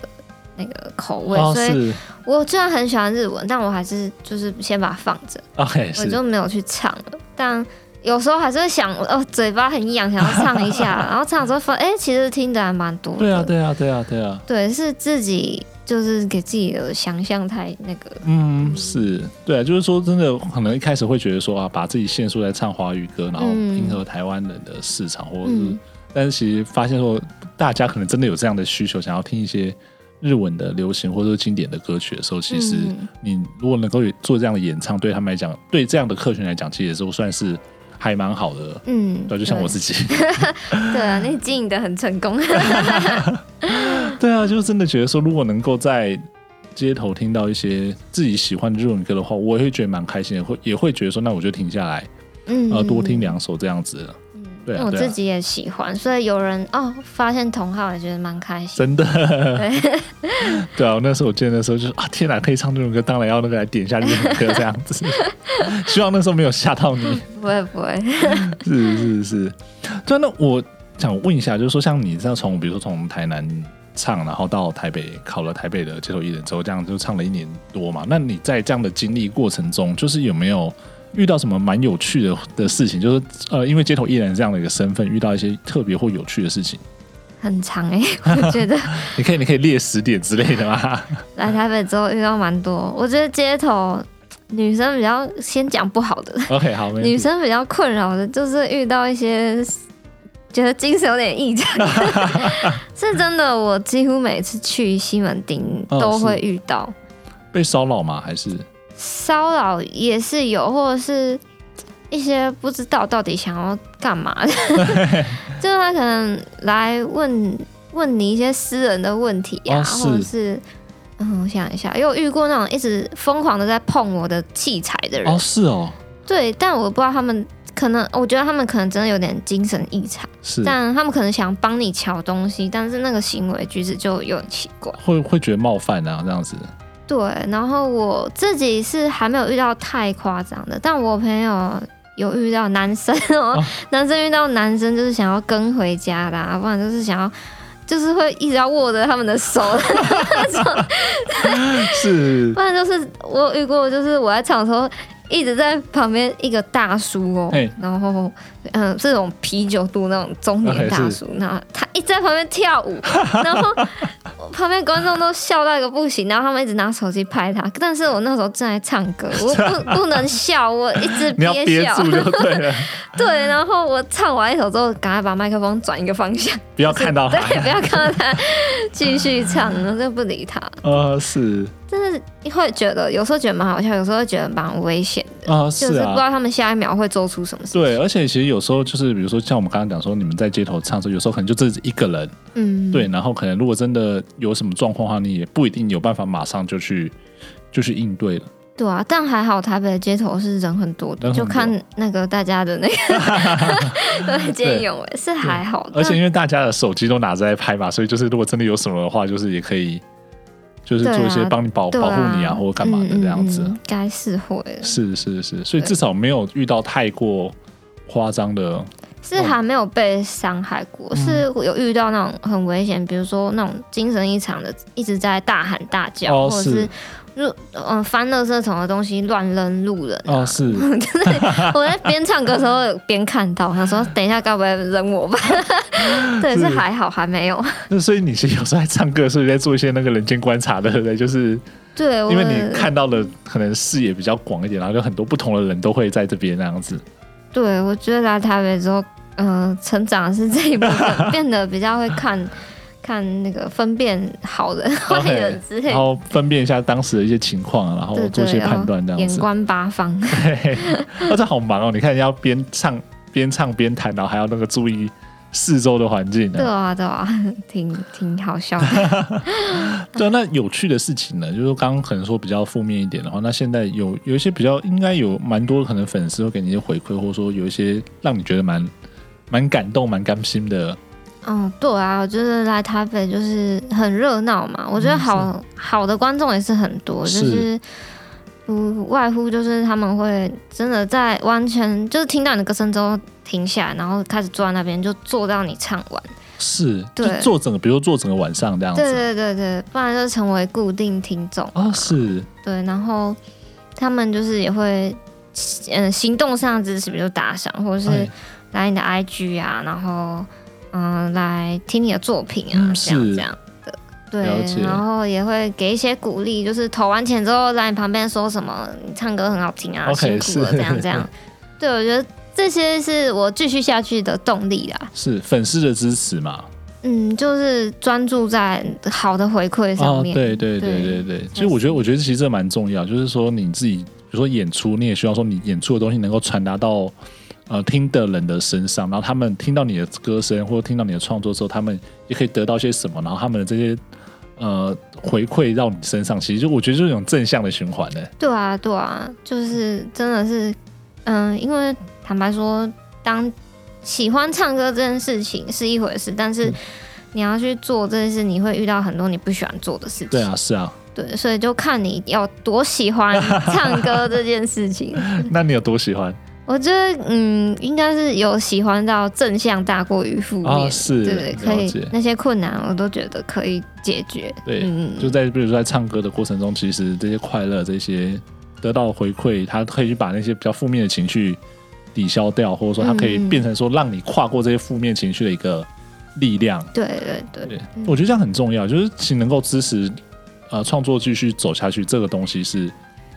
Speaker 2: 那个口味，
Speaker 1: 哦，
Speaker 2: 所以
Speaker 1: 是
Speaker 2: 我虽然很喜欢日文，但我还是就是先把它放着，
Speaker 1: OK，
Speaker 2: 我
Speaker 1: 啊是
Speaker 2: 就没有去唱了。但有时候还是会想，哦，嘴巴很痒，想要唱一下， 然后唱的时候发现，哎、其实听的还蛮多的。
Speaker 1: 对啊，对啊，对啊，对啊，
Speaker 2: 对是自己就是给自己的想象太那个。
Speaker 1: 嗯，是对啊，就是说真的，可能一开始会觉得说啊，把自己限缩在唱华语歌，然后
Speaker 2: 嗯
Speaker 1: 迎合台湾人的市场，或者是，
Speaker 2: 嗯，
Speaker 1: 但是其实发现说，大家可能真的有这样的需求，想要听一些日文的流行或者说经典的歌曲的时候，其实
Speaker 2: 嗯
Speaker 1: 你如果能够有做这样的演唱，对他们来讲，对这样的客群来讲，其实也是算是还蛮好的。
Speaker 2: 嗯，
Speaker 1: 对啊，就像我自己，
Speaker 2: 对 对啊，你经营的很成功。
Speaker 1: 对啊，就是真的觉得说，如果能够在街头听到一些自己喜欢的日文歌的话，我也会觉得蛮开心的，会也会觉得说，那我就停下来，
Speaker 2: 嗯，
Speaker 1: 呃，多听两首这样子。对啊
Speaker 2: 我
Speaker 1: 对啊
Speaker 2: 自己也喜欢，所以有人哦发现同好也觉得蛮开心。
Speaker 1: 真的， 对啊，我那时候我记得那时候就是啊，天哪，可以唱这种歌，当然要那个来点一下这种歌这样子。 希望那时候没有吓到 你，
Speaker 2: 不会不会，
Speaker 1: 是是是。对啊，那我想问一下，就是说像你这样从比如说从台南唱，然后到台北考了台北的街头艺人之后，这样就唱了一年多嘛？那你在这样的经历过程中，就是有没有？遇到什么蛮有趣的的事情，就是呃，因为街头艺人这样的一个身份，遇到一些特别或有趣的事情，
Speaker 2: 很长哎、 我 觉得
Speaker 1: 你可以你可以列十点之类的吗？
Speaker 2: 来台北之后遇到蛮多，我觉得街头女生比较先讲不好的，
Speaker 1: OK，好，没问题
Speaker 2: 女生比较困扰的就是遇到一些觉得精神有点异常， 是真的。我几乎每次去西门町
Speaker 1: 哦
Speaker 2: 都会
Speaker 1: 是
Speaker 2: 遇到
Speaker 1: 被骚扰吗？还是
Speaker 2: 骚扰，也是有，或者是一些不知道到底想要 干嘛的，就是他可能来问问你一些私人的问题啊，
Speaker 1: 哦是
Speaker 2: 或者是。嗯，我想一下，因为我遇过那种一直疯狂的在碰我的器材的人，
Speaker 1: 哦，是哦，
Speaker 2: 对，但我不知道他们可能，我觉得他们可能真的有点精神异常，
Speaker 1: 是
Speaker 2: 但他们可能想帮你瞧东西，但是那个行为举止就有点奇怪。
Speaker 1: 会会觉得冒犯啊，这样 子
Speaker 2: 对，然后我自己是还没有遇到太夸张的，但我朋友有遇到男生哦，
Speaker 1: 哦
Speaker 2: 男生遇到男生就是想要跟回家的、啊，不然就是想要。就是会一直要握着他们的手，
Speaker 1: 是
Speaker 2: 不然就是我有遇过，就是我在场的时候一直在旁边一个大叔哦、
Speaker 1: 嘿
Speaker 2: 然后嗯，这种啤酒肚那种中
Speaker 1: 啊
Speaker 2: 年大叔，然后他一直在旁边跳舞，然 后我旁边观众都笑到一个不行，然后他们一直拿手机拍他，但是我那时候正在唱歌，我 不不能笑，我一直
Speaker 1: 你要憋
Speaker 2: 笑，
Speaker 1: 住就对 了，
Speaker 2: 对，然后我唱完一首之后，赶快把麦克风转一个方向，
Speaker 1: 不要看到
Speaker 2: 对，
Speaker 1: 他，
Speaker 2: 不要看到他继续唱，然后就不理他，
Speaker 1: 呃，是
Speaker 2: 真的会觉得有时候觉得蛮好笑，有时候会觉得蛮危险的，
Speaker 1: 啊，
Speaker 2: 就是
Speaker 1: 是
Speaker 2: 不知
Speaker 1: 啊。
Speaker 2: 道他们下一秒会做出什么事，
Speaker 1: 对，而且其实有时候就是，比如说像我们刚刚讲说，你们在街头唱的时候，有时候可能就自己一个人，
Speaker 2: 嗯，
Speaker 1: 对，然后可能如果真的有什么状况的话，你也不一定有办法马上就去就去应对了。
Speaker 2: 对啊，但还好台北的街头是人很多的，
Speaker 1: 人很多
Speaker 2: 就看那个大家的那 个对 见义勇为是还好的，
Speaker 1: 而且因为大家的手机都拿着在拍嘛，所以就是如果真的有什么的话，就是也可以，就是
Speaker 2: 对啊
Speaker 1: 做一些帮你保、
Speaker 2: 对
Speaker 1: 保护你啊，或者干嘛的这样子。哦
Speaker 2: 嗯嗯嗯该是会的，
Speaker 1: 是是是，所以
Speaker 2: 对
Speaker 1: 至少没有遇到太过夸张的
Speaker 2: 是还没有被伤害过，
Speaker 1: 嗯
Speaker 2: 是有遇到那种很危险，比如说那种精神异常的，一直在大喊大叫，
Speaker 1: 哦
Speaker 2: 或者
Speaker 1: 是
Speaker 2: 是就嗯翻垃圾桶的东西乱扔路人、啊。
Speaker 1: 哦， 是
Speaker 2: 就是我在边唱歌的时候有边看到，想说等一下该不会扔 我吧？对，
Speaker 1: 是
Speaker 2: 是还好还没有。
Speaker 1: 那所以你其实有时候在唱歌的时候也在做一些那个人间观察，对不对？就是
Speaker 2: 对，我
Speaker 1: 因为你看到的可能视野比较广一点，然后就很多不同的人都会在这边那样子。
Speaker 2: 对，我觉得来台北之后，嗯、成长是这一部 分，变得比较会看看那个分辨好人坏
Speaker 1: OK，
Speaker 2: 人之类
Speaker 1: 然
Speaker 2: 的，
Speaker 1: 后分辨一下当时的一些情况，啊然后
Speaker 2: 对
Speaker 1: 做一
Speaker 2: 对，
Speaker 1: 些
Speaker 2: 然
Speaker 1: 判
Speaker 2: 后
Speaker 1: 断这样
Speaker 2: 眼
Speaker 1: 子。
Speaker 2: 观八方，
Speaker 1: 对，哦，这好忙哦！你看，要边唱边唱边弹，然后还要那个注意四周的环境、
Speaker 2: 对
Speaker 1: 啊。
Speaker 2: 啊，对啊， 挺挺好笑的。
Speaker 1: 对啊，那有趣的事情呢，就是说刚刚可能说比较负面一点的话，那现在有有一些比较应该有蛮多可能粉丝会给你一些回馈，或者说有一些让你觉得蛮蛮感动、蛮甘心的。
Speaker 2: 嗯，对啊，我觉得来台北就是很热闹嘛。我觉得
Speaker 1: 嗯
Speaker 2: 好、好的观众也是很多，就是是不外乎就是他们会真的在完全就是听到你的歌声之后停下来，然后开始坐在那边就坐到你唱完。
Speaker 1: 是，就
Speaker 2: 对
Speaker 1: 做整个，比如说做整个晚上这样子。
Speaker 2: 对对对对，不然就成为固定听众。
Speaker 1: 啊、是
Speaker 2: 对，然后他们就是也会，嗯、行动上支持，比如打赏，或者
Speaker 1: 哎
Speaker 2: 是来你的 IG 啊，然后嗯、来听你的作品啊，
Speaker 1: 嗯
Speaker 2: 这样
Speaker 1: 是
Speaker 2: 这样的。
Speaker 1: 了解
Speaker 2: 对，然后也会给一些鼓励，就是投完钱之后，在你旁边说什么“你唱歌很好听啊
Speaker 1: OK，
Speaker 2: 辛苦了”
Speaker 1: 是
Speaker 2: 这样这 样。对，我觉得这些是我继续下去的动力啦。
Speaker 1: 是粉丝的支持嘛？
Speaker 2: 嗯，就是专注在好的回馈上
Speaker 1: 啊，
Speaker 2: 面。
Speaker 1: 对对对
Speaker 2: 对
Speaker 1: 对对，其实我觉得，我觉得其实这蛮重要，就是说你自己，比如说演出，你也希望说你演出的东西能够传达到呃听的人的身上，然后他们听到你的歌声或者听到你的创作之后，他们也可以得到些什么，然后他们的这些呃回馈到你身上，其实就我觉得就是一种正向的循环呢、
Speaker 2: 对啊，对啊，就是真的是，嗯，因为坦白说，当喜欢唱歌这件事情是一回事，但是
Speaker 1: 嗯
Speaker 2: 你要去做这件事，你会遇到很多你不喜欢做的事情。
Speaker 1: 对啊，是啊，
Speaker 2: 对，所以就看你要多喜欢唱歌这件事 情。
Speaker 1: 那你有多喜欢
Speaker 2: 我觉得，嗯，应该是有喜欢到正向大过于负面。
Speaker 1: 啊？是，
Speaker 2: 对，可
Speaker 1: 了
Speaker 2: 以
Speaker 1: 解，
Speaker 2: 那些困难我都觉得可以解决。
Speaker 1: 对，
Speaker 2: 嗯，
Speaker 1: 就在比如说在唱歌的过程中，其实这些快乐、这些得到的回馈，他可以去把那些比较负面的情绪抵消掉，或者说它可以
Speaker 2: 嗯嗯
Speaker 1: 变成说让你跨过这些负面情绪的一个力量。
Speaker 2: 对对对，
Speaker 1: 对，
Speaker 2: 嗯
Speaker 1: 我觉得这样很重要，就是其实能够支持呃创作继续走下去，这个东西是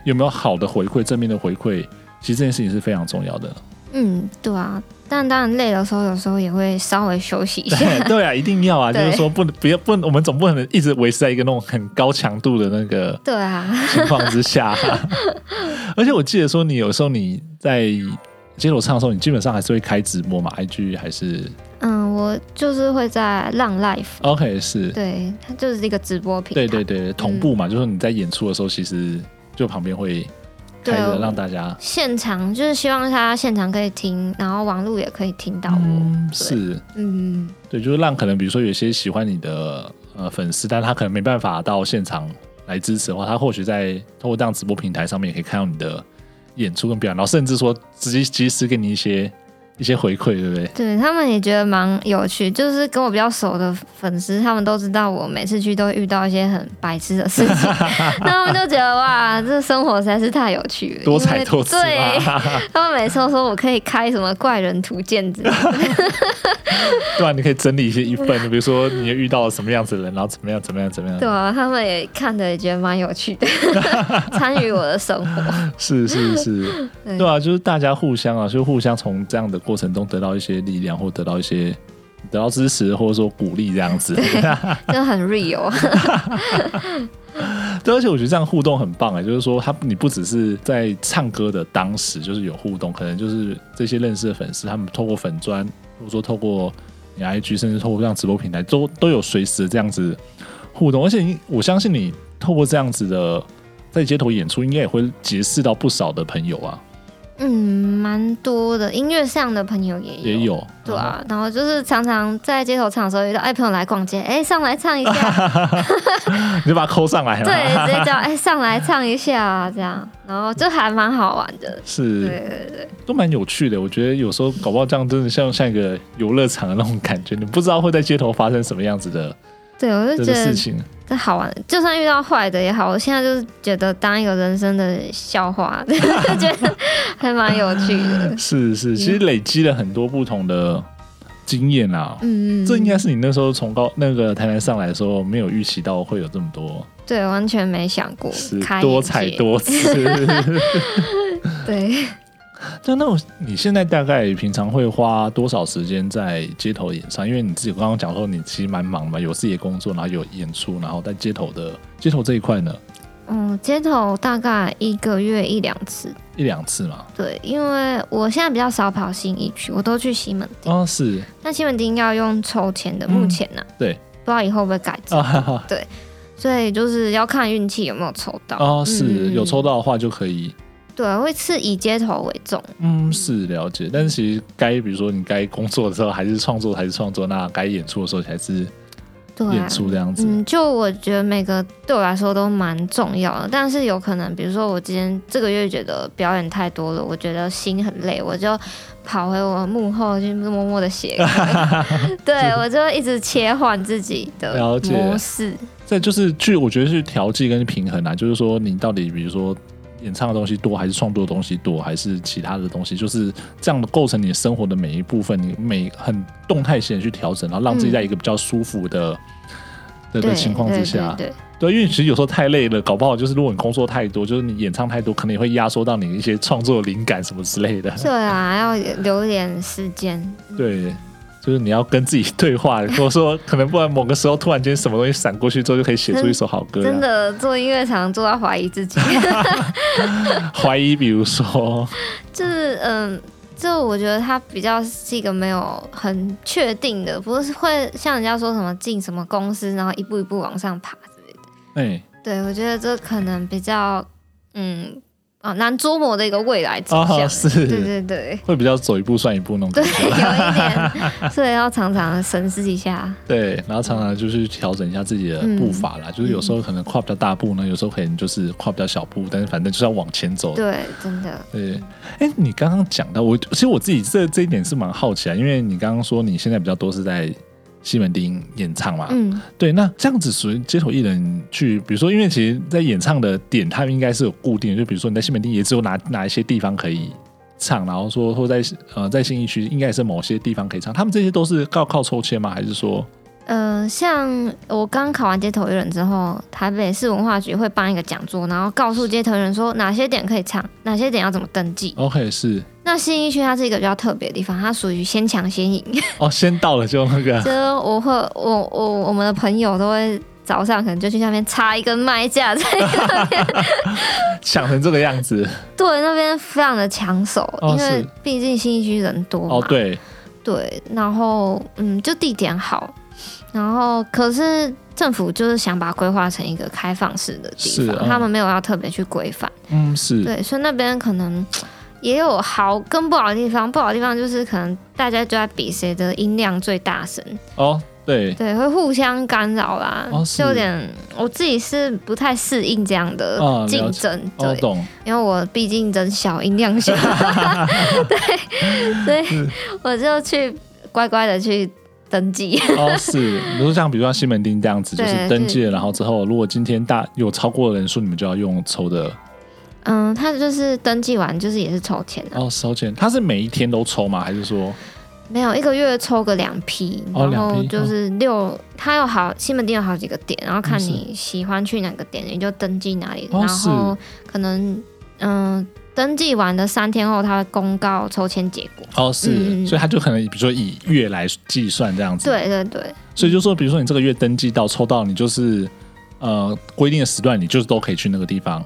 Speaker 1: 有没有好的回馈、正面的回馈，其实这件事情是非常重要的。
Speaker 2: 嗯，对啊，但当然累的时候，有时候也会稍微休息一 下。
Speaker 1: 对啊，一定要啊，就
Speaker 2: 对
Speaker 1: 是说不能不要不能，我们总不可能一直维持在一个那种很高强度的那个
Speaker 2: 对啊，
Speaker 1: 情况之下。 而且我记得说，你有时候你在街头唱的时候，你基本上还是会开直播嘛，IG 还是
Speaker 2: 嗯，我就是会在浪 life，
Speaker 1: 哦 OK 是，嗯
Speaker 2: 对，它就是一个直播平
Speaker 1: 对
Speaker 2: 台。
Speaker 1: 对对，同步嘛，就是你在演出的时候，其实就旁边会开着
Speaker 2: 对
Speaker 1: 让大家。
Speaker 2: 现场就是希望他现场可以听，然后网络也可以听到我。
Speaker 1: 嗯，是
Speaker 2: 嗯，
Speaker 1: 对，就是让可能比如说有些喜欢你的呃粉丝，但他可能没办法到现场来支持的话，他或许在通过这样直播平台上面也可以看到你的演出跟表演，然后甚至说直接及时给你一些一些回馈，对不对？
Speaker 2: 对他们也觉得蛮有趣，就是跟我比较熟的粉丝，他们都知道我每次去都会遇到一些很白痴 的事情，那他们就觉得哇，这生活实在是太有趣了，
Speaker 1: 多
Speaker 2: 因
Speaker 1: 彩
Speaker 2: 为
Speaker 1: 多姿啊
Speaker 2: 对，
Speaker 1: 嘛。
Speaker 2: 他们每次都说我可以开什么怪人图鉴之类的，
Speaker 1: 对啊，你可以整理一些一份，比如说你遇到了什么样子的人，然后怎么样怎么样怎么
Speaker 2: 对
Speaker 1: 样，
Speaker 2: 啊，他们也看的也觉得蛮有趣的， 参与我的生活。
Speaker 1: 是是是，
Speaker 2: 对
Speaker 1: 对啊，就是大家互相啊，就互相从这样的过程中得到一些力量，或得到一些得到支持，或者说鼓励这样 子。
Speaker 2: 就很 real，
Speaker 1: 对，而且我觉得这样互动很棒哎、就是说他你不只是在唱歌的当时就是有互动，可能就是这些认识的粉丝，他们透过粉砖，或者说透过你 IG，甚至透过这样直播平台，都都有随时这样子互动。而且你我相信你透过这样子的在街头演出，应该也会结识到不少的朋友啊，
Speaker 2: 嗯，蛮多的。音乐上的朋友也有，
Speaker 1: 也有
Speaker 2: 对，啊。然后就是常常在街头唱的时候遇到，哎，朋友来逛街，哎，上来唱一 下，
Speaker 1: 然后 你就把他抠上来
Speaker 2: 对，
Speaker 1: 了，
Speaker 2: 直接叫，哎，上来唱一下，啊这样，然后就还蛮好玩的。对
Speaker 1: 是
Speaker 2: 对对，
Speaker 1: 都蛮有趣的。我觉得有时候搞不好这样真的像像一个游乐场的那种感觉，你不知道会在街头发生什么样子的
Speaker 2: 对我就
Speaker 1: 的
Speaker 2: 觉
Speaker 1: 事
Speaker 2: 得
Speaker 1: 情。
Speaker 2: 这好玩，就算遇到坏的也好，我现在就是觉得当一个人生的笑话， 就觉得还蛮有趣 的。嗯
Speaker 1: 是是，其实累积了很多不同的经验啊。
Speaker 2: 嗯，
Speaker 1: 这应该是你那时候从高那个台南上来的时候，没有预期到会有这么多，
Speaker 2: 对，完全没想过
Speaker 1: 是
Speaker 2: 嗯开眼界
Speaker 1: 多彩多 姿。
Speaker 2: 对，
Speaker 1: 那那我你现在大概平常会花多少时间在街头演唱？因为你自己刚刚讲说你其实蛮忙的嘛，有自己的工作，然后有演出，然后在街头的街头这一块呢，
Speaker 2: 嗯，街头大概一个月一两次。
Speaker 1: 一两次嘛？
Speaker 2: 对，因为我现在比较少跑新一区，我都去西门町。
Speaker 1: 哦，是
Speaker 2: 但西门町要用抽签的，
Speaker 1: 嗯
Speaker 2: 目前呢、啊
Speaker 1: 对
Speaker 2: 不知道以后会不会改制，
Speaker 1: 啊，哈哈
Speaker 2: 所以就是要看运气有没有抽到。
Speaker 1: 哦，是
Speaker 2: 嗯
Speaker 1: 有抽。到的话就可以，
Speaker 2: 对，会是以街头为重。
Speaker 1: 嗯，是了解。但是其实该比如说你该工作的时候还是创作还是创作，那该演出的时候才是
Speaker 2: 对、啊
Speaker 1: 演，出这样子。
Speaker 2: 嗯，就我觉得每个对我来说都蛮重要的，但是有可能，比如说我今天这个月觉得表演太多了，我觉得心很累，我就跑回我幕后去默默的 写歌，对我就一直切换自己的
Speaker 1: 了解
Speaker 2: 模式。
Speaker 1: 这就是去，我觉得是调剂跟平衡啊，就是说你到底比如说演唱的东西多，还是创作的东西多，还是其他的东西，就是这样的构成你生活的每一部分，你每很动态性的去调整，然后让自己在一个比较舒服的、的的
Speaker 2: 嗯对
Speaker 1: 情况之下，
Speaker 2: 对对
Speaker 1: 对，因为其实有时候太累了，搞不好就是如果你工作太多，就是你演唱太多，可能也会压缩到你一些创作灵感什么之类的。
Speaker 2: 对对啊，要留一点时间。
Speaker 1: 对，就是你要跟自己对话，或者说可能不然某个时候突然间什么东西闪过去之后，就可以写出一首好歌。
Speaker 2: 真的做音乐常做到怀疑自己，
Speaker 1: 怀疑，比如 说，
Speaker 2: 就是嗯，就我觉得它比较是一个没有很确定的，不是会像人家说什么进什么公司，然后一步一步往上爬之类的。
Speaker 1: 哎、
Speaker 2: 对我觉得这可能比较嗯啊难捉摸的一个未来走向。
Speaker 1: 哦，是
Speaker 2: 对对对
Speaker 1: 会比较走一步算一步那种
Speaker 2: 对，
Speaker 1: 感觉。
Speaker 2: 有一点，所以要常常审视一下。
Speaker 1: 对，然后常常就是调整一下自己的
Speaker 2: 嗯
Speaker 1: 步伐啦，就是有时候可能跨比较大步呢，有时候可能就是跨比较小步，但是反正就是要往前走。
Speaker 2: 对，真的，
Speaker 1: 对，哎，你刚刚讲到我，其实我自己这这一点是蛮好奇啊，因为你刚刚说你现在比较多是在西门町演唱嘛，
Speaker 2: 嗯，
Speaker 1: 对，那这样子属于街头艺人去，比如说，因为其实，在演唱的点，他们应该是有固定的，就比如说你在西门町也只有哪哪一些地方可以唱，然后说或在呃在信义区应该也是某些地方可以唱，他们这些都是靠靠抽签吗？还是说
Speaker 2: 呃，像我刚考完街头艺人之后，台北市文化局会办一个讲座，然后告诉街头艺人说哪些点可以唱，哪些点要怎么登记。
Speaker 1: OK 哦是
Speaker 2: 那信义区它是一个比较特别的地方，它属于先抢先赢，
Speaker 1: 哦先到了就那个
Speaker 2: 就是我会我我我们的朋友都会早上可能就去那边插一根麦架，在
Speaker 1: 抢成这个样子
Speaker 2: 对那边非常的抢手，
Speaker 1: 哦
Speaker 2: 因为
Speaker 1: 是
Speaker 2: 毕竟信义区人多嘛，
Speaker 1: 哦对
Speaker 2: 对，然后嗯，就地点好，然后可是政府就是想把它规划成一个开放式的地
Speaker 1: 是
Speaker 2: 方，
Speaker 1: 嗯
Speaker 2: 他们没有要特别去规范，
Speaker 1: 嗯是
Speaker 2: 对，所以那边可能也有好跟不好的地方，不好的地方就是可能大家就在比谁的音量最大声，
Speaker 1: 哦对
Speaker 2: 对，会互相干扰啦，
Speaker 1: 哦是
Speaker 2: 就有点我自己是不太适应这样的
Speaker 1: 啊了解
Speaker 2: 竞争，
Speaker 1: 哦
Speaker 2: 对，
Speaker 1: 懂
Speaker 2: 因为我毕竟人小音量 小，对，所以我就去乖乖的去登记。
Speaker 1: 哦是，比如说像比如说像西门町这样子，就
Speaker 2: 对
Speaker 1: 是登记
Speaker 2: 对
Speaker 1: 了，然后之后如果今天大有超过人数，你们就要用抽的
Speaker 2: 嗯，他就是登记完就是也是抽签啊的、
Speaker 1: 哦，收钱，他是每一天都抽吗？还是说
Speaker 2: 没有一个月抽个两批，
Speaker 1: 哦
Speaker 2: 然
Speaker 1: 两批
Speaker 2: 后就是六，他有好西门町有好几个点，然后看
Speaker 1: 嗯是
Speaker 2: 你喜欢去哪个点，你就登记哪里，
Speaker 1: 哦
Speaker 2: 然后可能嗯。登记完的三天后，他会公告抽签结果。
Speaker 1: 哦是，
Speaker 2: 嗯嗯
Speaker 1: 所以他就可能比如说以月来计算这样子，，
Speaker 2: 对对对，
Speaker 1: 所以就说比如说你这个月登记到抽到，你就是呃规定的时段，你就是都可以去那个地方。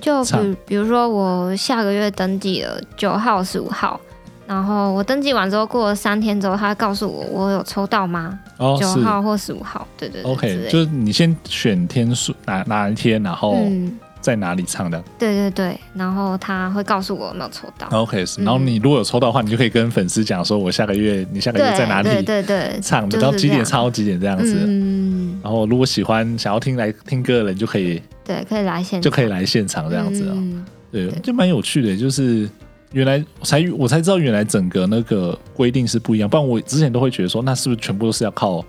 Speaker 2: 就
Speaker 1: 唱
Speaker 2: 比比如说我下个月登记了九号、十五号，然后我登记完之后过了三天之后，他告诉我我有抽到吗？
Speaker 1: 哦
Speaker 2: 九、
Speaker 1: 是
Speaker 2: 号或十五号，对对对之
Speaker 1: ，OK，
Speaker 2: 类
Speaker 1: 就
Speaker 2: 的
Speaker 1: 是哦你先选天数哪哪一天，然后
Speaker 2: 嗯，
Speaker 1: 在哪里唱的、
Speaker 2: 对对对，然后他会告诉我有没有抽到。
Speaker 1: OK，是，然后你如果有抽到的话，你就可以跟粉丝讲说，我下个月你下个
Speaker 2: 对
Speaker 1: 月在哪
Speaker 2: 对
Speaker 1: 里
Speaker 2: 对对，
Speaker 1: 唱，
Speaker 2: 就是
Speaker 1: 到几点
Speaker 2: 这样
Speaker 1: 唱到几点这样子。
Speaker 2: 嗯，
Speaker 1: 然后如果喜欢想要听来听歌的人，就可以
Speaker 2: 对，可以来现
Speaker 1: 就
Speaker 2: 场
Speaker 1: 可以来现场这样子啊。
Speaker 2: 嗯
Speaker 1: 对，就蛮有趣的，就是原来我才我才知道原来整个那个规定是不一样，不然我之前都会觉得说，那是不是全部都是要靠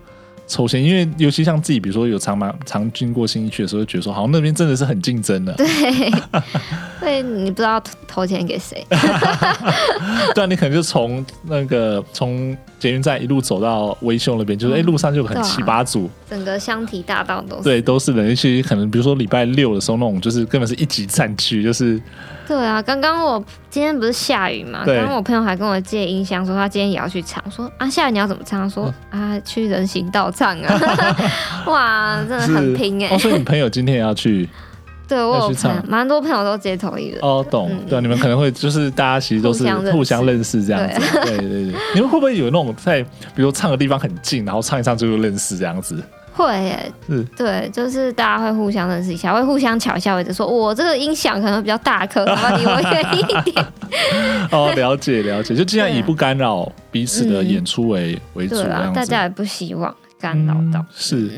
Speaker 1: 抽签？因为尤其像自己，比如说有常蛮常经过新一区的时候，就觉得说，好像那边真的是很竞争的， 对
Speaker 2: 对，所以你不知道投投钱给 谁，
Speaker 1: 啊，你可能就从那个从捷运站一路走到微秀那边，就是哎、路上就很
Speaker 2: 对啊
Speaker 1: 七八组，
Speaker 2: 整个香堤大道都是。
Speaker 1: 对，都是人，尤其可能比如说礼拜六的时候那种，就是根本是一级战区，就是
Speaker 2: 对啊，刚刚我今天不是下雨嘛，刚
Speaker 1: 对
Speaker 2: 刚我朋友还跟我借音箱，说他今天也要去唱，说啊下雨你要怎么唱？说
Speaker 1: 嗯
Speaker 2: 啊去 人行道唱啊，哇，真的
Speaker 1: 是嗯
Speaker 2: 很拼哎、
Speaker 1: 欸哦，所以你朋友今天也要去
Speaker 2: 对我
Speaker 1: 要
Speaker 2: 有
Speaker 1: 去唱
Speaker 2: 看，蛮多朋友都街头艺人，
Speaker 1: 哦，懂，
Speaker 2: 嗯
Speaker 1: 对啊，你们可能会就是大家其实都是
Speaker 2: 互相认识
Speaker 1: 互相认识这样子，对对对。你们会不会有那种在比如唱的地方很近，然后唱一唱就认识这样子？
Speaker 2: 会耶
Speaker 1: 是，
Speaker 2: 对，就是大家会互相认识一下，会互相瞧一下，或者说我这个音响可能比较大颗，然后离我远一点，
Speaker 1: 哦，了解了解，就尽量
Speaker 2: 对啊
Speaker 1: 以不干扰彼此的
Speaker 2: 嗯
Speaker 1: 演出为为主
Speaker 2: 对
Speaker 1: 这
Speaker 2: 啦
Speaker 1: 样，
Speaker 2: 大
Speaker 1: 子。
Speaker 2: 家也不希望干扰到
Speaker 1: 嗯。是，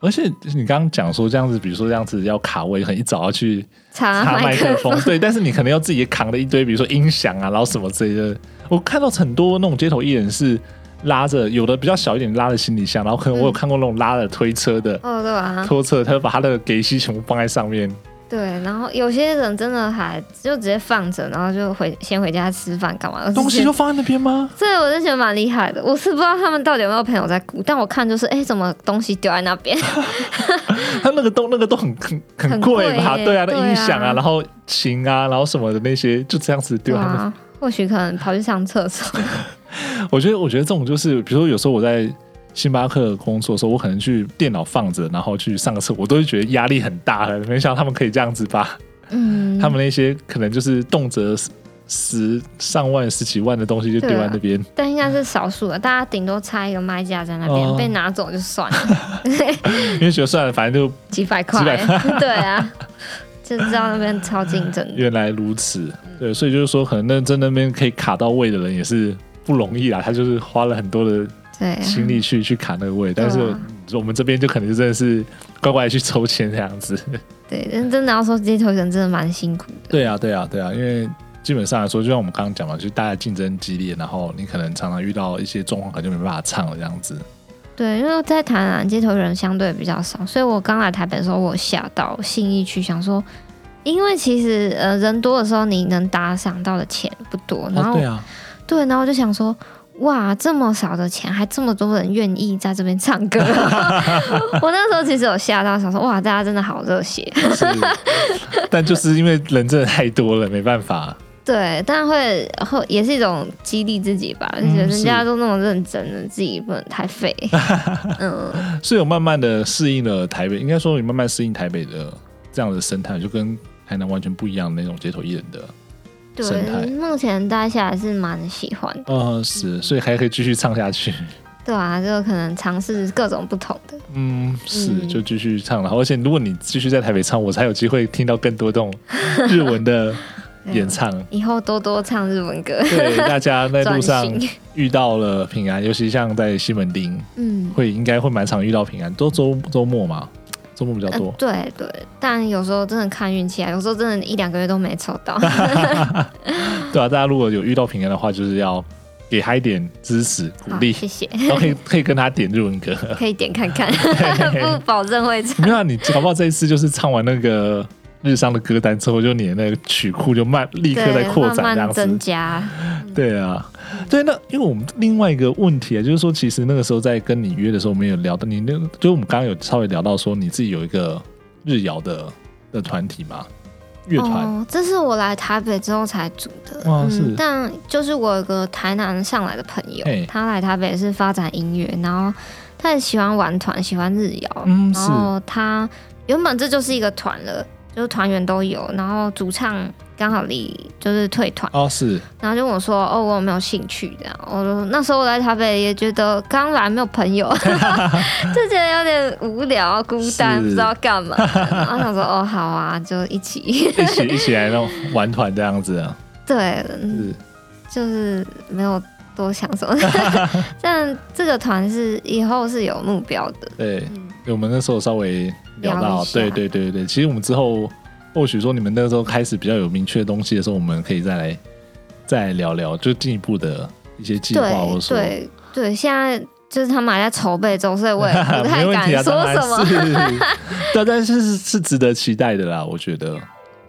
Speaker 1: 而且你刚刚讲说这样子，比如说这样子要卡位，很一早要去
Speaker 2: 插
Speaker 1: 插啊麦
Speaker 2: 麦
Speaker 1: 克
Speaker 2: 克
Speaker 1: 风，对，但是你可能要自己扛了一堆，比如说音响啊，然后什么之类的。我看到很多那种街头艺人是拉着，有的比较小一点，拉着行李箱，然后可能我有看过那种拉着推车的、
Speaker 2: 哦，对啊，
Speaker 1: 拖车，他就把他的给息全部放在上面。
Speaker 2: 对，然后有些人真的还就直接放着，然后就回先回家吃饭干嘛？
Speaker 1: 东西就放在那边吗？
Speaker 2: 这我是觉得蛮厉害的。我是不知道他们到底有没有朋友在顾，但我看就是，哎，怎么东西丢在那边？
Speaker 1: 他那个都那个都很很很
Speaker 2: 很
Speaker 1: 贵吧？
Speaker 2: 贵耶
Speaker 1: 对啊，那
Speaker 2: 对啊
Speaker 1: 音响啊，然后琴啊，然后什么的那些，就这样子丢在 那边。
Speaker 2: 啊，或许可能跑去上厕所。
Speaker 1: 我觉得，我觉得这种就是，比如说有时候我在星巴克工作的时候，我可能去电脑放着，然后去上个厕，我都会觉得压力很大了。没想到他们可以这样子把、
Speaker 2: 嗯，
Speaker 1: 他们那些可能就是动辄十十上万、十几万的东西就丢在那边。
Speaker 2: 但应该是少数的，大家顶多插一个麦架在那边，
Speaker 1: 哦
Speaker 2: 被拿走就算了，
Speaker 1: 因为觉得算了，反正就
Speaker 2: 几百块，
Speaker 1: 几百
Speaker 2: 对啊，就知道那边超竞争 的。
Speaker 1: 原来如此。对，所以就是说，可能那在那边可以卡到位的人也是不容易啊，他就是花了很多的
Speaker 2: 对、啊，
Speaker 1: 心力去、去卡那个位，但是
Speaker 2: 对啊
Speaker 1: 我们这边就可能就真的是乖乖地去抽签这样子。
Speaker 2: 对，但真的要说街头人真的蛮辛苦的，
Speaker 1: 对啊，对啊，对啊，因为基本上来说，就像我们刚刚讲嘛，就是大家竞争激烈，然后你可能常常遇到一些状况，可能就没办法唱了这样子。
Speaker 2: 对，因为在台南街头人相对比较少，所以我刚来台北的时候，我吓到信义区，想说，因为其实呃人多的时候，你能打赏到的钱不多，然
Speaker 1: 哦，
Speaker 2: 后、
Speaker 1: 对啊，
Speaker 2: 对，然后我就想说，哇，这么少的钱，还这么多人愿意在这边唱 歌。我那时候其实有吓到，想说，哇，大家真的好热血。
Speaker 1: 是，但就是因为人真的太多了，没办法。
Speaker 2: 对，但会会也是一种激励自己吧，就觉得
Speaker 1: 嗯
Speaker 2: 人
Speaker 1: 是
Speaker 2: 家都那么认真了，自己不能太 废。嗯，
Speaker 1: 所以我慢慢的适应了台北，应该说你慢慢适应台北的这样的生态，就跟台南完全不一样的那种街头艺人的。生态
Speaker 2: 对，目前待下来是蛮喜欢的。
Speaker 1: 哦，是，所以还可以继续唱下去。
Speaker 2: 对啊，就可能尝试各种不同的。
Speaker 1: 嗯， 是，
Speaker 2: 嗯
Speaker 1: 就继续唱了。而且如果你继续在台北唱，我才有机会听到更多这种日文 的演唱。
Speaker 2: 以后多多唱日文 歌，
Speaker 1: 对，大家在路
Speaker 2: 转
Speaker 1: 上
Speaker 2: 型。
Speaker 1: 遇到了平安，尤其像在西门町，
Speaker 2: 嗯。
Speaker 1: 会应该会蛮常遇到平安，都周周末嘛，周末比较
Speaker 2: 嗯、
Speaker 1: 多。
Speaker 2: 对对，但有时候真的看运气啊，有时候真的一两个月都没抽 到。嗯
Speaker 1: 对啊，大家如果有遇到平安的话，就是要给他一点支持鼓
Speaker 2: 好，
Speaker 1: 励，
Speaker 2: 谢谢，
Speaker 1: 然后 可以可以跟他点日文歌。
Speaker 2: 可以点看看， 不保证会唱。
Speaker 1: 没有、啊，你搞不好这一次就是唱完那个日商的歌单之后，就你的那个曲库就慢立刻在
Speaker 2: 对，
Speaker 1: 扩展
Speaker 2: 慢
Speaker 1: 这样
Speaker 2: 慢
Speaker 1: 子。
Speaker 2: 增加。
Speaker 1: 对啊，对，那因为我们另外一个问题啊，就是说，其实那个时候在跟你约的时候，我们有聊到你那，就是我们刚刚有稍微聊到说，你自己有一个日谣的的团体嘛，乐团。
Speaker 2: 哦，这是我来台北之后才组的。嗯
Speaker 1: 哇是
Speaker 2: 但就是我有个台南上来的朋友
Speaker 1: 嘿，
Speaker 2: 他来台北是发展音乐，然后他也喜欢玩团，喜欢日谣。
Speaker 1: 嗯，
Speaker 2: 然
Speaker 1: 是
Speaker 2: 后他原本这就是一个团了，就是团员都有，然后主唱刚好离就是退团。
Speaker 1: 哦， 是
Speaker 2: 然后就问我说：“哦，我有没有兴趣？”这样，我就那时候我来台北也觉得刚来没有朋 友，就觉得有点无聊、啊孤单，
Speaker 1: 是
Speaker 2: 不知道干嘛。然后想说：“哦，好啊，就一起。
Speaker 1: 一起一起来那种玩团这样子啊，”
Speaker 2: 对，
Speaker 1: 是
Speaker 2: 就是没有多想什么， 但这个团是以后是有目标的。
Speaker 1: 对。我们那时候稍微聊
Speaker 2: 嗯聊
Speaker 1: 到
Speaker 2: 一，下
Speaker 1: 对对对对，其实我们之后或许说你们那时候开始比较有明确的东西的时候，我们可以再来再来聊聊，就进一步的一些计划或者
Speaker 2: 对
Speaker 1: 说。
Speaker 2: 对对，现在就是他们还在筹备中，所以我也不
Speaker 1: 没
Speaker 2: 太
Speaker 1: 问
Speaker 2: 敢
Speaker 1: 题啊，
Speaker 2: 说
Speaker 1: 当
Speaker 2: 什么
Speaker 1: 然。是，对，但是 是是值得期待的啦，我觉得。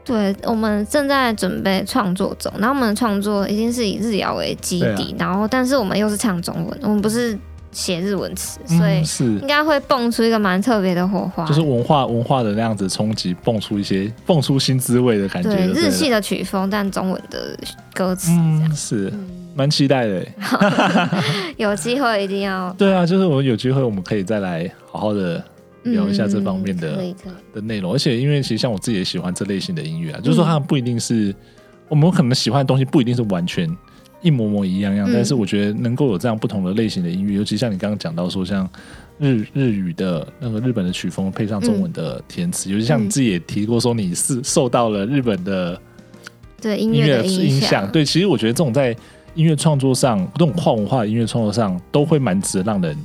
Speaker 2: 对，我们正在准备创作中，然后我们的创作已经是以日谣为基
Speaker 1: 啊
Speaker 2: 底，然后但是我们又是唱中文，我们不是写日文词，所以
Speaker 1: 嗯、是
Speaker 2: 应该会蹦出一个蛮特别的火花。
Speaker 1: 就是文化文化的那样子冲击，蹦出一些蹦出新滋味的感觉，
Speaker 2: 对
Speaker 1: 对
Speaker 2: 日
Speaker 1: 了
Speaker 2: 系的曲风，但中文的歌词，
Speaker 1: 嗯是蛮期待的欸。嗯
Speaker 2: 有机会一定要
Speaker 1: 对啊，就是我们有机会我们可以再来好好的聊一下这方面
Speaker 2: 嗯嗯嗯
Speaker 1: 的
Speaker 2: 可以可以
Speaker 1: 的内容。而且因为其实像我自己也喜欢这类型的音乐啊，就是说
Speaker 2: 嗯
Speaker 1: 它不一定是我们可能喜欢的东西不一定是完全一模模一样样，
Speaker 2: 嗯
Speaker 1: 但是我觉得能够有这样不同的类型的音乐，尤其像你刚刚讲到说像。日日语的那个日本的曲风配上中文的填词，
Speaker 2: 嗯
Speaker 1: 尤其像你自己也提过说你是受到了日本的
Speaker 2: 对音
Speaker 1: 音
Speaker 2: 乐
Speaker 1: 乐
Speaker 2: 的影
Speaker 1: 响。，对，其实我觉得这种在音乐创作上，这种跨文化的音乐创作上，都会蛮值得让人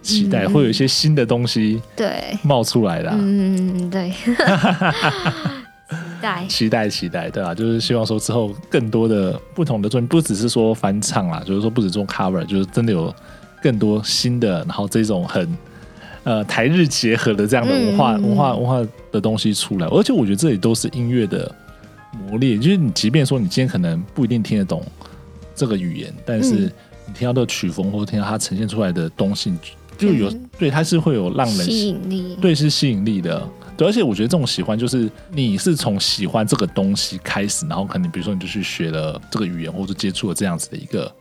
Speaker 1: 期待，
Speaker 2: 嗯
Speaker 1: 会有一些新的东西
Speaker 2: 对，
Speaker 1: 冒出来的、啊
Speaker 2: 嗯对，期待，
Speaker 1: 期待期待，对啊，就是希望说之后更多的不同的作品，不只是说翻唱啦，就是说不止做 cover，就是真的有更多新的，然后这种很呃台日结合的这样的文化、
Speaker 2: 嗯嗯嗯
Speaker 1: 文化文化的东西出来，而且我觉得这里都是音乐的磨练，就是你即便说你今天可能不一定听得懂这个语言，但是
Speaker 2: 嗯
Speaker 1: 你听到这个曲风或者听到它呈现出来的东西，你就就有、
Speaker 2: 嗯
Speaker 1: 对它是会有让人
Speaker 2: 吸引力，
Speaker 1: 对，是吸引力的。对，而且我觉得这种喜欢就是你是从喜欢这个东西开始，然后可能比如说你就去学了这个语言，或者接触了这样子的一个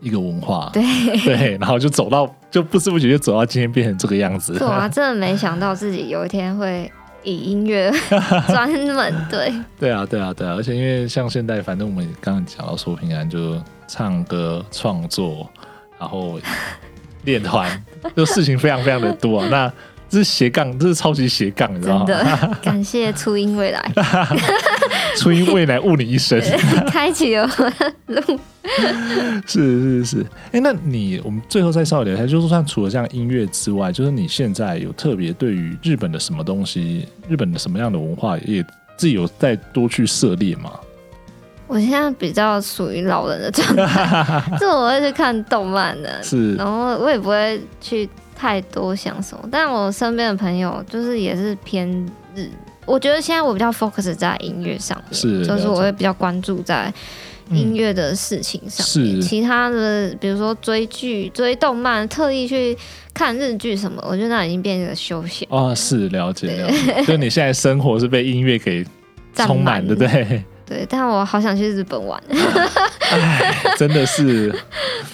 Speaker 1: 一个文化，
Speaker 2: 对
Speaker 1: 对然后就走到就不知不觉就走到今天变成这个样子。
Speaker 2: 对啊，真的没想到自己有一天会以音乐 专门对，
Speaker 1: 对啊，对啊，对啊，而且因为像现在，反正我们刚刚讲到说平安，就唱歌、创作，然后练团，就事情非常非常的多、啊。那这是斜杠，这是超级斜杠，你知道
Speaker 2: 真
Speaker 1: 吗？
Speaker 2: 的 感谢初音未来
Speaker 1: 初音未来误你一 生。
Speaker 2: 开启了我的路，
Speaker 1: 是是是，哎、那你我们最后再稍微聊一下，就是像除了像音乐之外，就是你现在有特别对于日本的什么东西，日本的什么样的文化，也自己有再多去涉猎吗？
Speaker 2: 我现在比较属于老人的状态， 就我会去看动漫的，
Speaker 1: 是
Speaker 2: 然后我也不会去太多想什么，但我身边的朋友就是也是偏日，我觉得现在我比较 focus 在音乐上面，
Speaker 1: 是
Speaker 2: 就
Speaker 1: 了解
Speaker 2: 是我会比较关注在音乐的事情上
Speaker 1: 是
Speaker 2: 面，其他的比如说追剧、追动漫，特意去看日剧什么，我觉得那已经变成一个休闲，
Speaker 1: 哦，是了解了 解，就你现在生活是被音乐给
Speaker 2: 占
Speaker 1: 充
Speaker 2: 满
Speaker 1: 满的，对，
Speaker 2: 对，但我好想去日本玩，
Speaker 1: 真的是，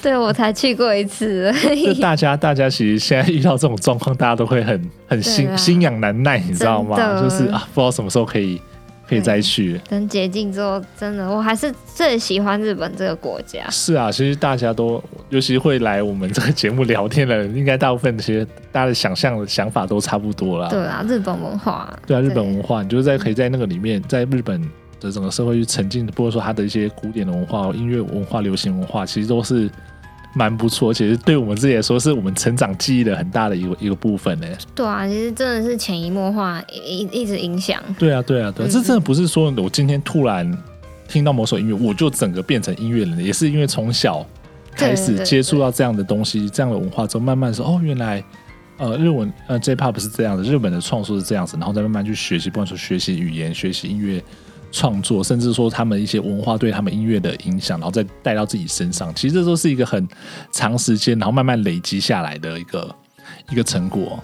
Speaker 2: 对我才去过一次而已
Speaker 1: 就大家大家其实现在遇到这种状况，大家都会很很心
Speaker 2: 对啊
Speaker 1: 心痒难耐，你知道吗？
Speaker 2: 真的
Speaker 1: 就是啊，不知道什么时候可以可以再去。
Speaker 2: 等解禁之后，真的我还是最喜欢日本这个国家。
Speaker 1: 是啊，其实大家都，尤其会来我们这个节目聊天的人， 应该大部分其实大家的想象的想法都差不多啦。
Speaker 2: 对啊，日本文化，
Speaker 1: 对啊，日本文化，你就是在可以在那个里面，在日本的整个社会去沉浸，或者说它的一些古典的文化、音乐文化、流行文化，其实都是蛮不错，而且是对我们自己来说，是我们成长记忆的很大的一个一个部分呢、欸
Speaker 2: 对啊，其实真的是潜移默化，一一直影响。
Speaker 1: 对啊，对啊，对啊，
Speaker 2: 嗯
Speaker 1: 这真的不是说我今天突然听到某首音乐，我就整个变成音乐人了，也是因为从小开
Speaker 2: 对
Speaker 1: 始
Speaker 2: 对
Speaker 1: 接触
Speaker 2: 对
Speaker 1: 到这样的东西、这样的文化之后，慢慢说哦，原来呃日文呃 J-pop 是这样子，呃日本的创作是这样子，然后再慢慢去学习，不管说学习语言、学习音乐创作，甚至说他们一些文化对他们音乐的影响，然后再带到自己身上，其实这都是一个很长时间，然后慢慢累积下来的一个一个成果。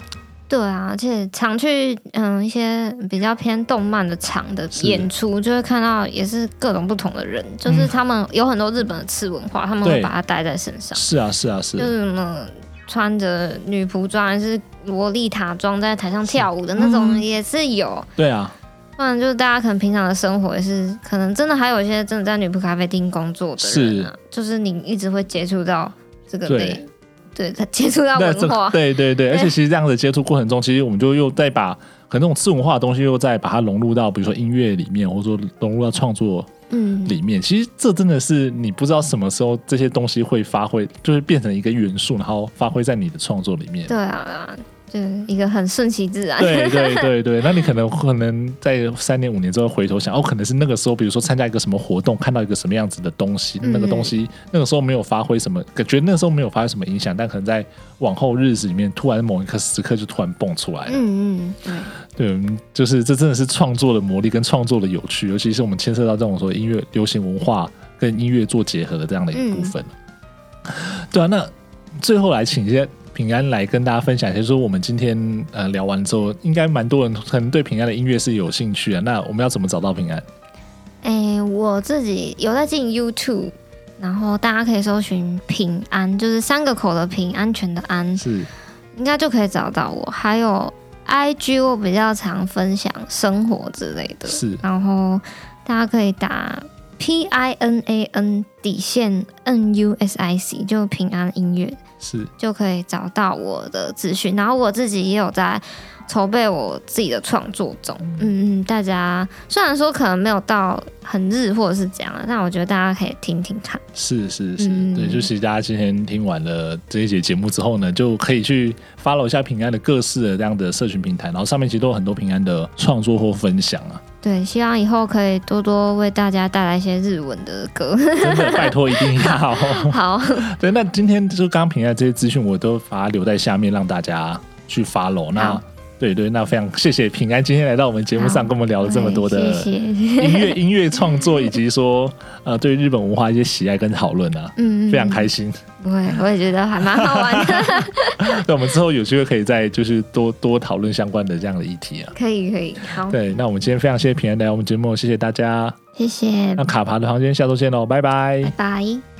Speaker 2: 对啊，而且常去嗯一些比较偏动漫的场的
Speaker 1: 是
Speaker 2: 演出，就会看到也是各种不同的人，就是
Speaker 1: 嗯
Speaker 2: 他们有很多日本的次文化，他们
Speaker 1: 对
Speaker 2: 会把它带在身上，
Speaker 1: 是啊，是啊，是啊
Speaker 2: 就是什么穿着女仆装还是洛丽塔装在台上跳舞的那
Speaker 1: 嗯
Speaker 2: 种也是有。
Speaker 1: 对啊，
Speaker 2: 不然就是大家可能平常的生活也是，可能真的还有一些真的在女仆咖啡厅工作的人、啊，就是你一直会接触到这个类，对，他接触到
Speaker 1: 那这
Speaker 2: 文化，
Speaker 1: 对对对，而且其实这样的接触过程中，其实我们就又再把可能这种次文化的东西，又再把它融入到比如说音乐里面，或者说融入到创作
Speaker 2: 嗯，
Speaker 1: 里面。其实这真的是你不知道什么时候这些东西会发挥，就是变成一个元素，然后发挥在你的创作里面。
Speaker 2: 对啊，就是一个很顺其自然，
Speaker 1: 对对对对，那你可能可能在三年五年之后回头想，哦，可能是那个时候，比如说参加一个什么活动，看到一个什么样子的东西，
Speaker 2: 嗯
Speaker 1: 那个东西那个时候没有发挥什么，感觉那个时候没有发挥什么影响，但可能在往后日子里面，突然某一刻时刻就突然蹦出来了。
Speaker 2: 嗯嗯，对，
Speaker 1: 对，嗯就是这真的是创作的魔力跟创作的有趣，尤其是我们牵涉到这种说音乐流行文化跟音乐做结合的这样的一个部分。对啊，那最后来请一些平安来跟大家分享一下，就是说我们今天呃聊完之后，应该蛮多人可能对平安的音乐是有兴趣的。啊那我们要怎么找到平安？
Speaker 2: 哎、我自己有在进 YouTube，然后大家可以搜寻平安，就是三个口的平，安全的安，
Speaker 1: 是
Speaker 2: 应该就可以找到我。还有 IG 我比较常分享生活之类的，
Speaker 1: 是
Speaker 2: 然后大家可以打 P I N A N 底线 N U S I C，就平安音乐
Speaker 1: 是
Speaker 2: 就可以找到我的资讯。然后我自己也有在筹备我自己的创作中，嗯嗯，大家虽然说可能没有到很日或者是怎样啊，但我觉得大家可以听听看。
Speaker 1: 是是是，
Speaker 2: 嗯
Speaker 1: 对，就其实大家今天听完了这一节节目之后呢，就可以去 follow 一下平安的各式的这样的社群平台，然后上面其实都有很多平安的创作或分享啊，
Speaker 2: 对，希望以后可以多多为大家带来一些日文的歌。
Speaker 1: 真的拜托一定要。
Speaker 2: 好，
Speaker 1: 对，那今天就刚刚平安这些资讯，我都把它留在下面让大家去 follow 那。
Speaker 2: 好
Speaker 1: 对对，那非常谢谢平安今天来到我们节目上，跟
Speaker 2: 好
Speaker 1: 我们聊了这么多的
Speaker 2: 哎谢谢。
Speaker 1: 音乐音乐创作，以及说呃对日本文化一些喜爱跟讨论啊，
Speaker 2: 嗯，
Speaker 1: 非常开心。
Speaker 2: 不会，我也觉得还蛮好玩的。
Speaker 1: 那我们之后有机会可以再就是多多讨论相关的这样的议题啊。
Speaker 2: 可以，可以，好，
Speaker 1: 对，那我们今天非常谢谢平安来我们节目，谢谢大家。
Speaker 2: 谢谢
Speaker 1: 那，卡爬的房间下周见喽，拜拜
Speaker 2: 拜拜。